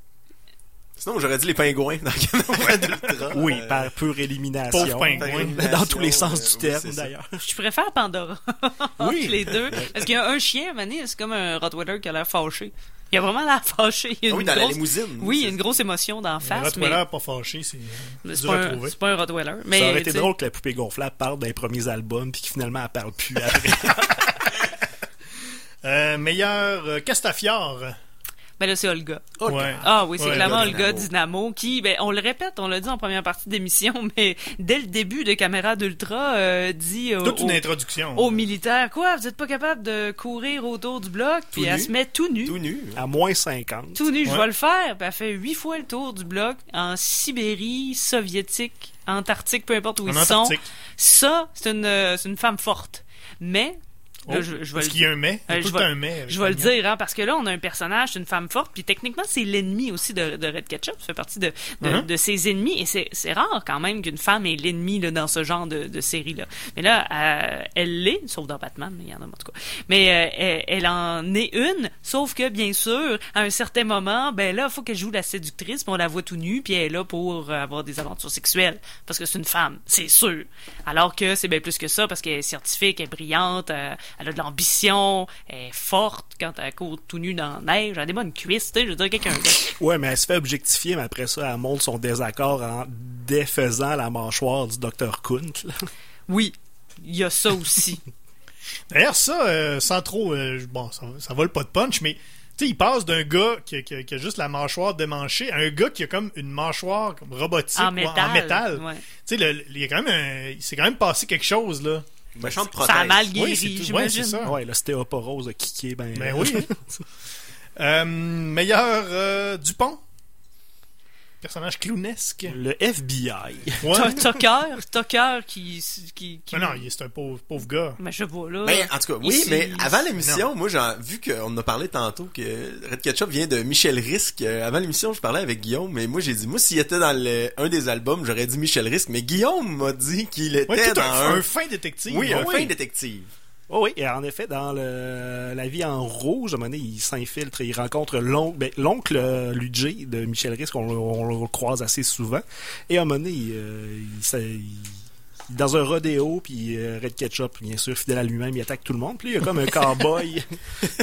Sinon, j'aurais dit les pingouins dans Camarade Ultra. Oui, Euh, par pure élimination. Pauvre pingouin. par élimination, Dans tous les euh, sens du oui, terme, c'est ça. d'ailleurs. Je préfère Pandora. Entre les deux. Parce qu'il y a un chien, mané, c'est comme un Rottweiler qui a l'air fâché. Il a vraiment l'air fâché. Il y a Ah oui, une dans la grosse- limousine. Oui, il y a une grosse émotion d'en Un face, mais Rottweiler pas fâché, c'est c'est dur pas, à un- trouver. c'est pas un Rottweiler. Mais, ça aurait été tu sais, drôle que la poupée gonflable parle des premiers albums puis que finalement elle parle plus après. Euh, meilleur euh, Castafiore. Ben là, c'est Olga. Ouais. Ah oui, c'est Ouais, clairement Olga Olga Dynamo. Dynamo qui, ben, on le répète, on l'a dit en première partie d'émission, mais dès le début de Caméra d'Ultra, euh, dit euh, Toute aux, une introduction. aux militaires, quoi, vous êtes pas capable de courir autour du bloc, puis Tout elle nu. se met tout nu. Tout nu. à moins 50. Tout nu, je Ouais. vais le faire. Puis elle fait huit fois le tour du bloc en Sibérie, soviétique, Antarctique, peu importe où En ils Antarctique. sont. Ça, c'est une, euh, c'est une femme forte. Mais, là, Oh, je, je vais Parce le qu'il y a un mais. Il y a Euh, tout je le vais- temps un mais. avec je vais le Pagnon. dire, hein, parce que là, on a un personnage, c'est une femme forte, puis techniquement, c'est l'ennemi aussi de, de Red Ketchup. Ça fait partie de, de, Mhm. de ses ennemis, et c'est c'est rare quand même qu'une femme est l'ennemi là, dans ce genre de, de série-là. Mais là, euh, elle l'est, sauf dans Batman, mais il y en a en tout cas. Mais euh, elle, elle en est une, sauf que, bien sûr, à un certain moment, ben là, il faut qu'elle joue la séductrice, puis on la voit tout nue, puis elle est là pour euh, avoir des aventures sexuelles, parce que c'est une femme, c'est sûr. Alors que c'est bien plus que ça, parce qu'elle est scientifique, elle est brillante, euh, elle a de l'ambition, elle est forte quand elle court tout nue dans la neige, elle a des bonnes cuisses, tu sais, je veux dire, quelqu'un... Ouais, mais elle se fait objectifier, mais après ça, elle montre son désaccord en défaisant la mâchoire du Dr. Kunt. là. Oui, il y a ça aussi. D'ailleurs, ça, euh, sans trop. euh, bon, ça, ça vole pas de punch, mais Tu sais, il passe d'un gars qui, a- qui a- qui a juste la mâchoire démanchée à un gars qui a comme une mâchoire comme robotique ou En en métal. métal. Ouais. Tu sais, le- le- il y a quand même, un- il s'est quand même passé quelque chose là. Méchante Ça a prothèse. mal Oui, guéri, c'est tout- ouais, j'imagine. c'est ça. Ouais, le stéoporose a kické, ben. Ben oui. Euh, meilleur euh, Dupont. Personnage clownesque. Le FBI. Ouais. T'as- Tucker, Tucker qui... qui, qui Mais non, il- c'est un pauvre, pauvre gars. Mais je vois là. Ben, en tout cas, oui, Ici. mais avant l'émission, moi, j'ai vu qu'on en a parlé tantôt que Red Ketchup vient de Michel Risque. euh, avant l'émission, je parlais avec Guillaume, mais moi, j'ai dit, moi, s'il était dans le, un des albums, j'aurais dit Michel Risque, mais Guillaume m'a dit qu'il était Ouais, tout dans un, un... un fin détective. oui, un Ouais. fin détective. Oh oui, et en effet, dans le- la vie en rouge, à un moment donné, il s'infiltre et il rencontre l'oncle, ben, l'oncle euh, Luigi de Michel Risque, on, le- on le croise assez souvent. Et à un moment donné, il, euh, il s'a- il- il est dans un rodéo, puis euh, Red Ketchup, bien sûr, fidèle à lui-même, il attaque tout le monde. Puis il y a comme un cowboy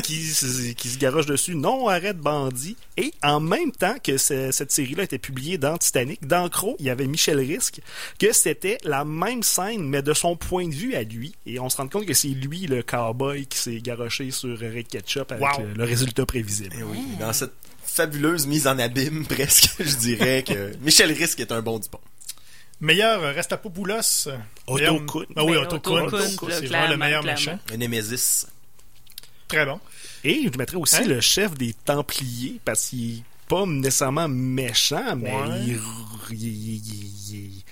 qui, se- qui se garoche dessus. Non, arrête, bandit. Et en même temps que ce- cette série-là était publiée dans Titanic, dans Crow, il y avait Michel Risque, que c'était la même scène, mais de son point de vue à lui. Et on se rend compte que c'est lui, le cowboy, qui s'est garoché sur Red Ketchup avec Wow. le, le résultat prévisible. Et Eh oui, dans cette fabuleuse mise en abîme, presque, je dirais que Michel Risque est un bon Dupont. Meilleur euh, Rastapopoulos. euh, Otto meilleur- Kuhn. Ah oui, Ben, Otto Otto Kuhn. Kuhn, là, C'est vraiment le meilleur clairement, méchant. Un Némésis. Très bon. Et je mettrais aussi Hein? le chef des Templiers, parce qu'il est pas nécessairement méchant, mais Ouais. il, il- il- il-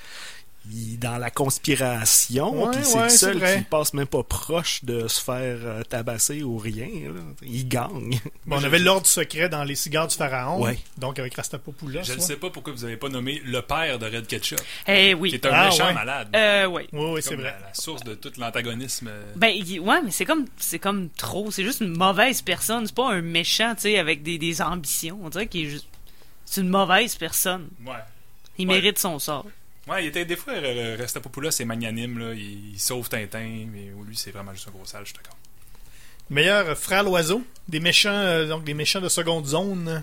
il est dans la conspiration, Ouais, puis c'est ouais, le c'est seul vrai. qui passe même pas proche de se faire euh, tabasser ou rien. là. Il gagne. Bon, on avait l'ordre secret dans les cigares du pharaon. Ouais. Donc avec Rastapopoulos. hein. Je ne ouais. sais pas pourquoi vous avez pas nommé le père de Red Ketchup, Eh qui oui. est un Ah, méchant ouais. malade. Euh, ouais. Oui, oui, Comme c'est vrai. La, la source de tout l'antagonisme. euh, Ben, il- ouais, mais c'est comme, c'est comme trop. C'est juste une mauvaise personne. C'est pas un méchant, tu sais, avec des, des ambitions. On dirait qu'il est juste. C'est une mauvaise personne. Ouais. Il Ouais. mérite son sort. Ouais, il était des fois, euh, Rastapopoulos c'est magnanime, là. Il, il sauve Tintin, mais lui, c'est vraiment juste un gros sale, je suis d'accord. Meilleur euh, frère l'oiseau. Des méchants, euh, donc des méchants de seconde zone.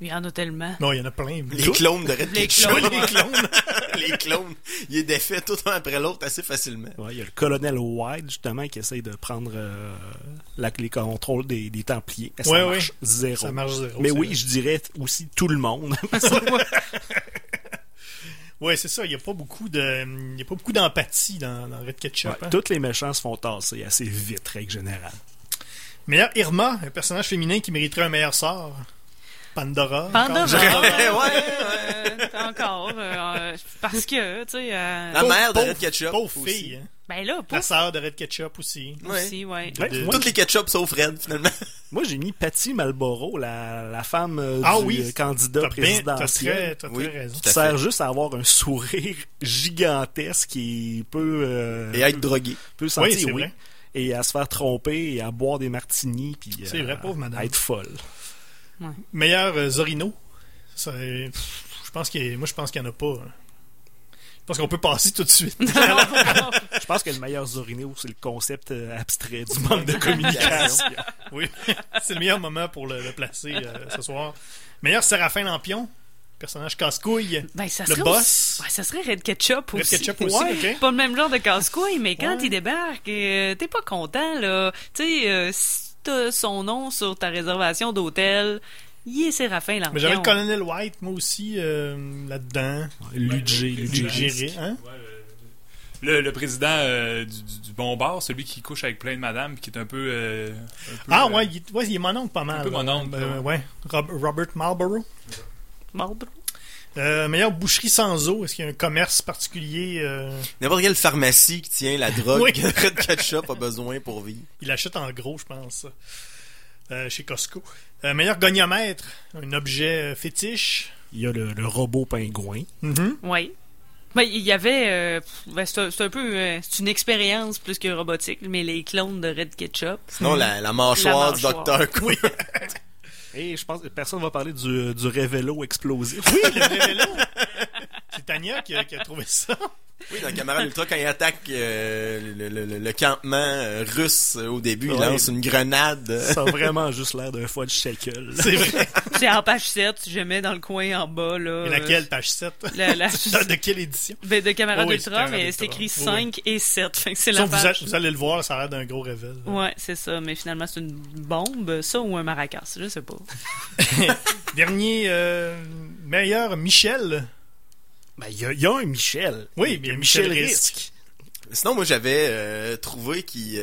Il y en a tellement. Non, il y en a plein. Les Tout- clones de Red Les Ketchup. clones. les clones. les clones. Il est défait tout un après l'autre assez facilement. Ouais, il y a le colonel White, justement, qui essaye de prendre euh, la- les contrôles des, des Templiers. Ça Ouais, marche ouais. zéro. Ça marche zéro. mais c'est oui, vrai. je dirais aussi tout le monde. Ouais, c'est ça. Il n'y a pas beaucoup de, il y a pas beaucoup d'empathie dans, dans Red Ketchup. hein. Toutes les méchants se font tasser assez vite, règle générale. Meilleur Irma, un personnage féminin qui mériterait un meilleur sort. Pandora. encore. Pandora. euh, Ouais. Ah. euh, encore. euh, euh, parce que, tu sais. euh, La mère de pauvre- Red Ketchup. Pauvre aussi. fille. hein. ben là, pour La sœur de Red Ketchup aussi. Ah. Ouais. aussi, ouais. De- de- Ouais. Toutes les ketchup sauf Red, finalement. Moi, j'ai mis Patty Malboro, la, la femme euh, Ah du oui, euh, candidat T'as bien- t'as très, présidentiel. t'as très Oui. raison. Qui sert juste à avoir un sourire gigantesque et peut, euh, Et être drogué. peut Oui, sentir, c'est oui. vrai. Et à se faire tromper et à boire des martinis. puis euh, C'est vrai, pauvre madame. À être folle. Meilleur euh, Zorino. Ça, euh, pff, je pense qu'il y a- moi, je pense qu'il n'y en a pas. hein. Je pense qu'on peut passer tout de suite. Je pense que le meilleur Zorino, c'est le concept euh, abstrait du manque de communication. Oui, c'est le meilleur moment pour le, le placer euh, ce soir. Meilleur Séraphin Lampion, personnage casse-couille. Ben, ça Le serait boss. aussi- ouais, ça serait Red Ketchup Red aussi. Ketchup aussi, Ouais. ok. Pas le même genre de casse-couille, mais quand Ouais. il débarque, euh, t'es pas content, là. Tu sais, euh, si t'as son nom sur ta réservation d'hôtel, il est Séraphin Lampion. Mais j'avais le Colonel White, moi aussi, euh, là-dedans. Ludger, Ludger. Géré, hein? Le, le président euh, du, du- du bon bar, celui qui couche avec plein de madames, qui est un peu. euh, un peu, Ah euh, ouais, il, est- ouais, il est mon oncle pas mal. Un peu mon oncle, Euh, ouais. ouais. Rob- Robert Marlborough. Marlboro. Euh, meilleure boucherie sans eau. Est-ce qu'il y a un commerce particulier euh, N'importe quelle pharmacie qui tient la drogue Oui. que Red Ketchup a besoin pour vivre. Il achète en gros, je pense, euh, chez Costco. Euh, meilleur goniomètre, un objet euh, fétiche. Il y a le, le robot pingouin. Mhm. Oui. Ben, il y avait. euh, pff, ben, c'est un- c'est un peu. euh, c'est une expérience plus que robotique, mais les clones de Red Ketchup. Sinon, la, la mâchoire La du mâchoire. docteur Quinn. Et je pense que personne ne va parler du, du révélo explosif. Oui, le vélo. c'est Tania qui a, qui a trouvé ça. Oui, dans Camarade Ultra, quand il attaque euh, le, le- le- le campement euh, russe euh, au début, il Ouais. lance une grenade. euh, Ça a vraiment juste l'air d'un foie de shackle. C'est vrai. C'est en page 7, si jamais dans le coin en bas. Là, Mais laquelle, page 7 euh, la- la- De quelle édition ben, de Camarade Oui, Ultra, Camarade mais Ultra. c'est écrit Oui. 5 et 7. Fait que c'est Ça, la vous, page. a- vous allez le voir, ça a l'air d'un gros réveil. Ouais, c'est ça. Mais finalement, c'est une bombe, ça, ou un maracas. Je sais pas. Dernier euh, meilleur, Michel. Ben, il y, a- il y a un Michel. Oui, mais Il y a Michel Risque. Risque. Sinon, moi, j'avais euh, trouvé qui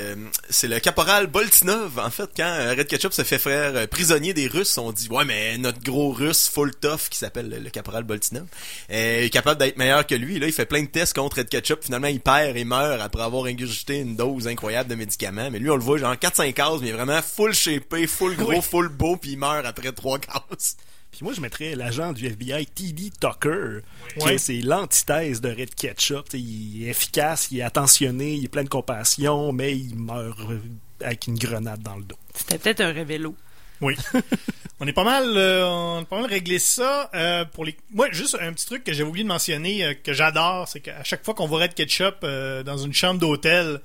c'est le caporal Boltinov. En fait, quand euh, Red Ketchup se fait faire euh, prisonnier des Russes, on dit ouais, mais notre gros Russe full tough qui s'appelle le, le caporal Boltinov euh, est capable d'être meilleur que lui. Là, il fait plein de tests contre Red Ketchup. Finalement, il perd et meurt après avoir ingurgité une dose incroyable de médicaments. Mais lui, on le voit genre 4-5 cases, mais vraiment full shapé, full gros, full beau, puis il meurt après 3 cases. Puis moi, je mettrais l'agent du FBI, T.D. Tucker. qui Ouais. est- C'est l'antithèse de Red Ketchup. T'sais, Il est efficace, il est attentionné, il est plein de compassion, mais il meurt euh, avec une grenade dans le dos. C'était peut-être un révélo. On est pas mal, euh, on a pas mal réglé ça. euh, pour les... Moi, juste un petit truc que j'avais oublié de mentionner, euh, que j'adore, c'est qu'à chaque fois qu'on voit Red Ketchup euh, dans une chambre d'hôtel,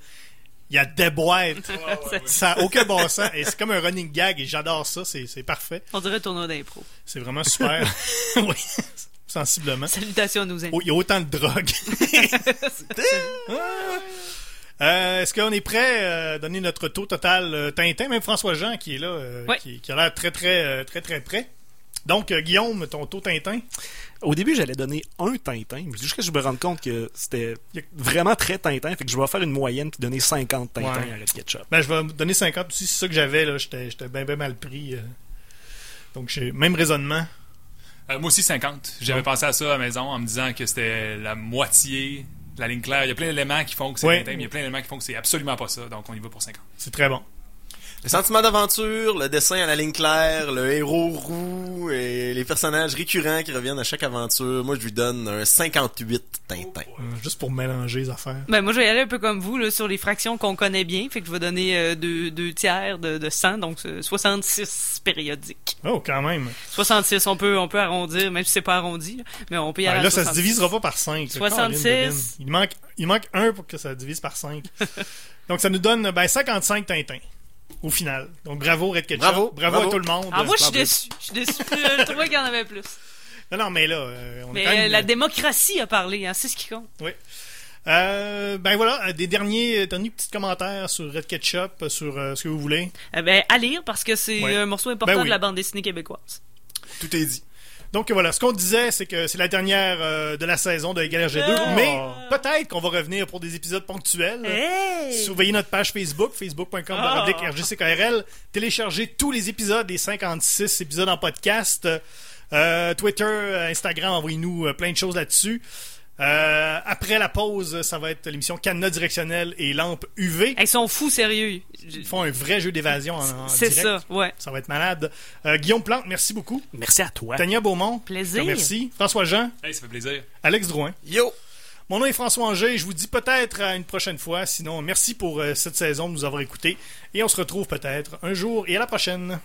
il y a des boîtes. Ça n'a aucun bon sens. Et c'est comme un running gag et j'adore ça. C'est c'est parfait. On dirait un tournoi d'impro. C'est vraiment super. oui, sensiblement. Salutations à nos amis. Oh, Il y a autant de drogue. Ah! Euh, Est-ce qu'on est prêt euh, à donner notre taux total euh, Tintin, même François Jean qui est là, euh, Ouais. qui, qui a l'air très très euh, très très prêt. Donc euh, Guillaume, ton taux Tintin, Au début, j'allais donner un Tintin, mais jusqu'à ce que je me rende compte que c'était vraiment très Tintin, fait que je vais faire une moyenne puis donner 50 Tintins Ouais. à Red Ketchup. ben je vais me donner 50 aussi, c'est ça que j'avais là, j'étais j'étais bien bien mal pris. euh. Donc j'ai même raisonnement. Euh, moi aussi, 50. J'avais pensé à ça à la maison en me disant que c'était la moitié de la ligne claire. Il y a plein d'éléments qui font que c'est Ouais. Tintin, mais il y a plein d'éléments qui font que c'est absolument pas ça. Donc, on y va pour 50. C'est très bon. Le sentiment d'aventure, le dessin à la ligne claire, le héros roux et les personnages récurrents qui reviennent à chaque aventure. Moi, je lui donne un 58 Tintin. Euh, juste pour mélanger les affaires. Ben, moi, je vais y aller un peu comme vous, là, sur les fractions qu'on connaît bien. Fait que je vais donner euh, deux, deux tiers de, de 100, donc euh, 66 périodiques. Oh quand même. 66, on peut, on peut arrondir, même si c'est pas arrondi, là, mais on peut y aller Ben, à là ça se 66. divisera pas par 5. 66. Il manque il manque un pour que ça divise par 5. Donc ça nous donne ben 55 Tintin au final. Donc bravo Red Ketchup. Bravo, à bravo. tout le monde. Ah, moi, je suis déçu. Je suis déçu. Je trouvais qu'il y en avait plus. Non, non, mais là, euh, on est Mais quand euh, même- la démocratie a parlé, hein, c'est ce qui compte. Euh, ben voilà, euh, des derniers, euh, derniers petits commentaires sur Red Ketchup, euh, sur euh, ce que vous voulez. Euh, ben, à lire, parce que c'est Ouais. un morceau important Ben oui. de la bande dessinée québécoise. Tout est dit. Donc euh, voilà, ce qu'on disait, c'est que c'est la dernière euh, de la saison de Galère G2, Oh. mais peut-être qu'on va revenir pour des épisodes ponctuels. Eh! Surveillez notre page Facebook, facebook.com Ah. rgckrl. Téléchargez tous les épisodes, des 56 épisodes en podcast. Euh, Twitter, euh, Instagram, envoyez-nous euh, plein de choses là-dessus. Euh, après la pause, ça va être l'émission Cadenas directionnel et lampe UV. Hey, Ils sont fous, sérieux. Je- Ils font un vrai jeu d'évasion en, en C'est Ah, direct. ça, ouais. Ça va être malade. Euh, Guillaume Plante, merci beaucoup. Merci à toi. Tania Beaumont. Plaisir. Merci. François Jean, Hey, ça fait plaisir. Alex Drouin. Yo! Mon nom est François Angers. Je vous dis peut-être à une prochaine fois. Sinon, merci pour euh, cette saison de nous avoir écoutés. Et on se retrouve peut-être un jour et à la prochaine.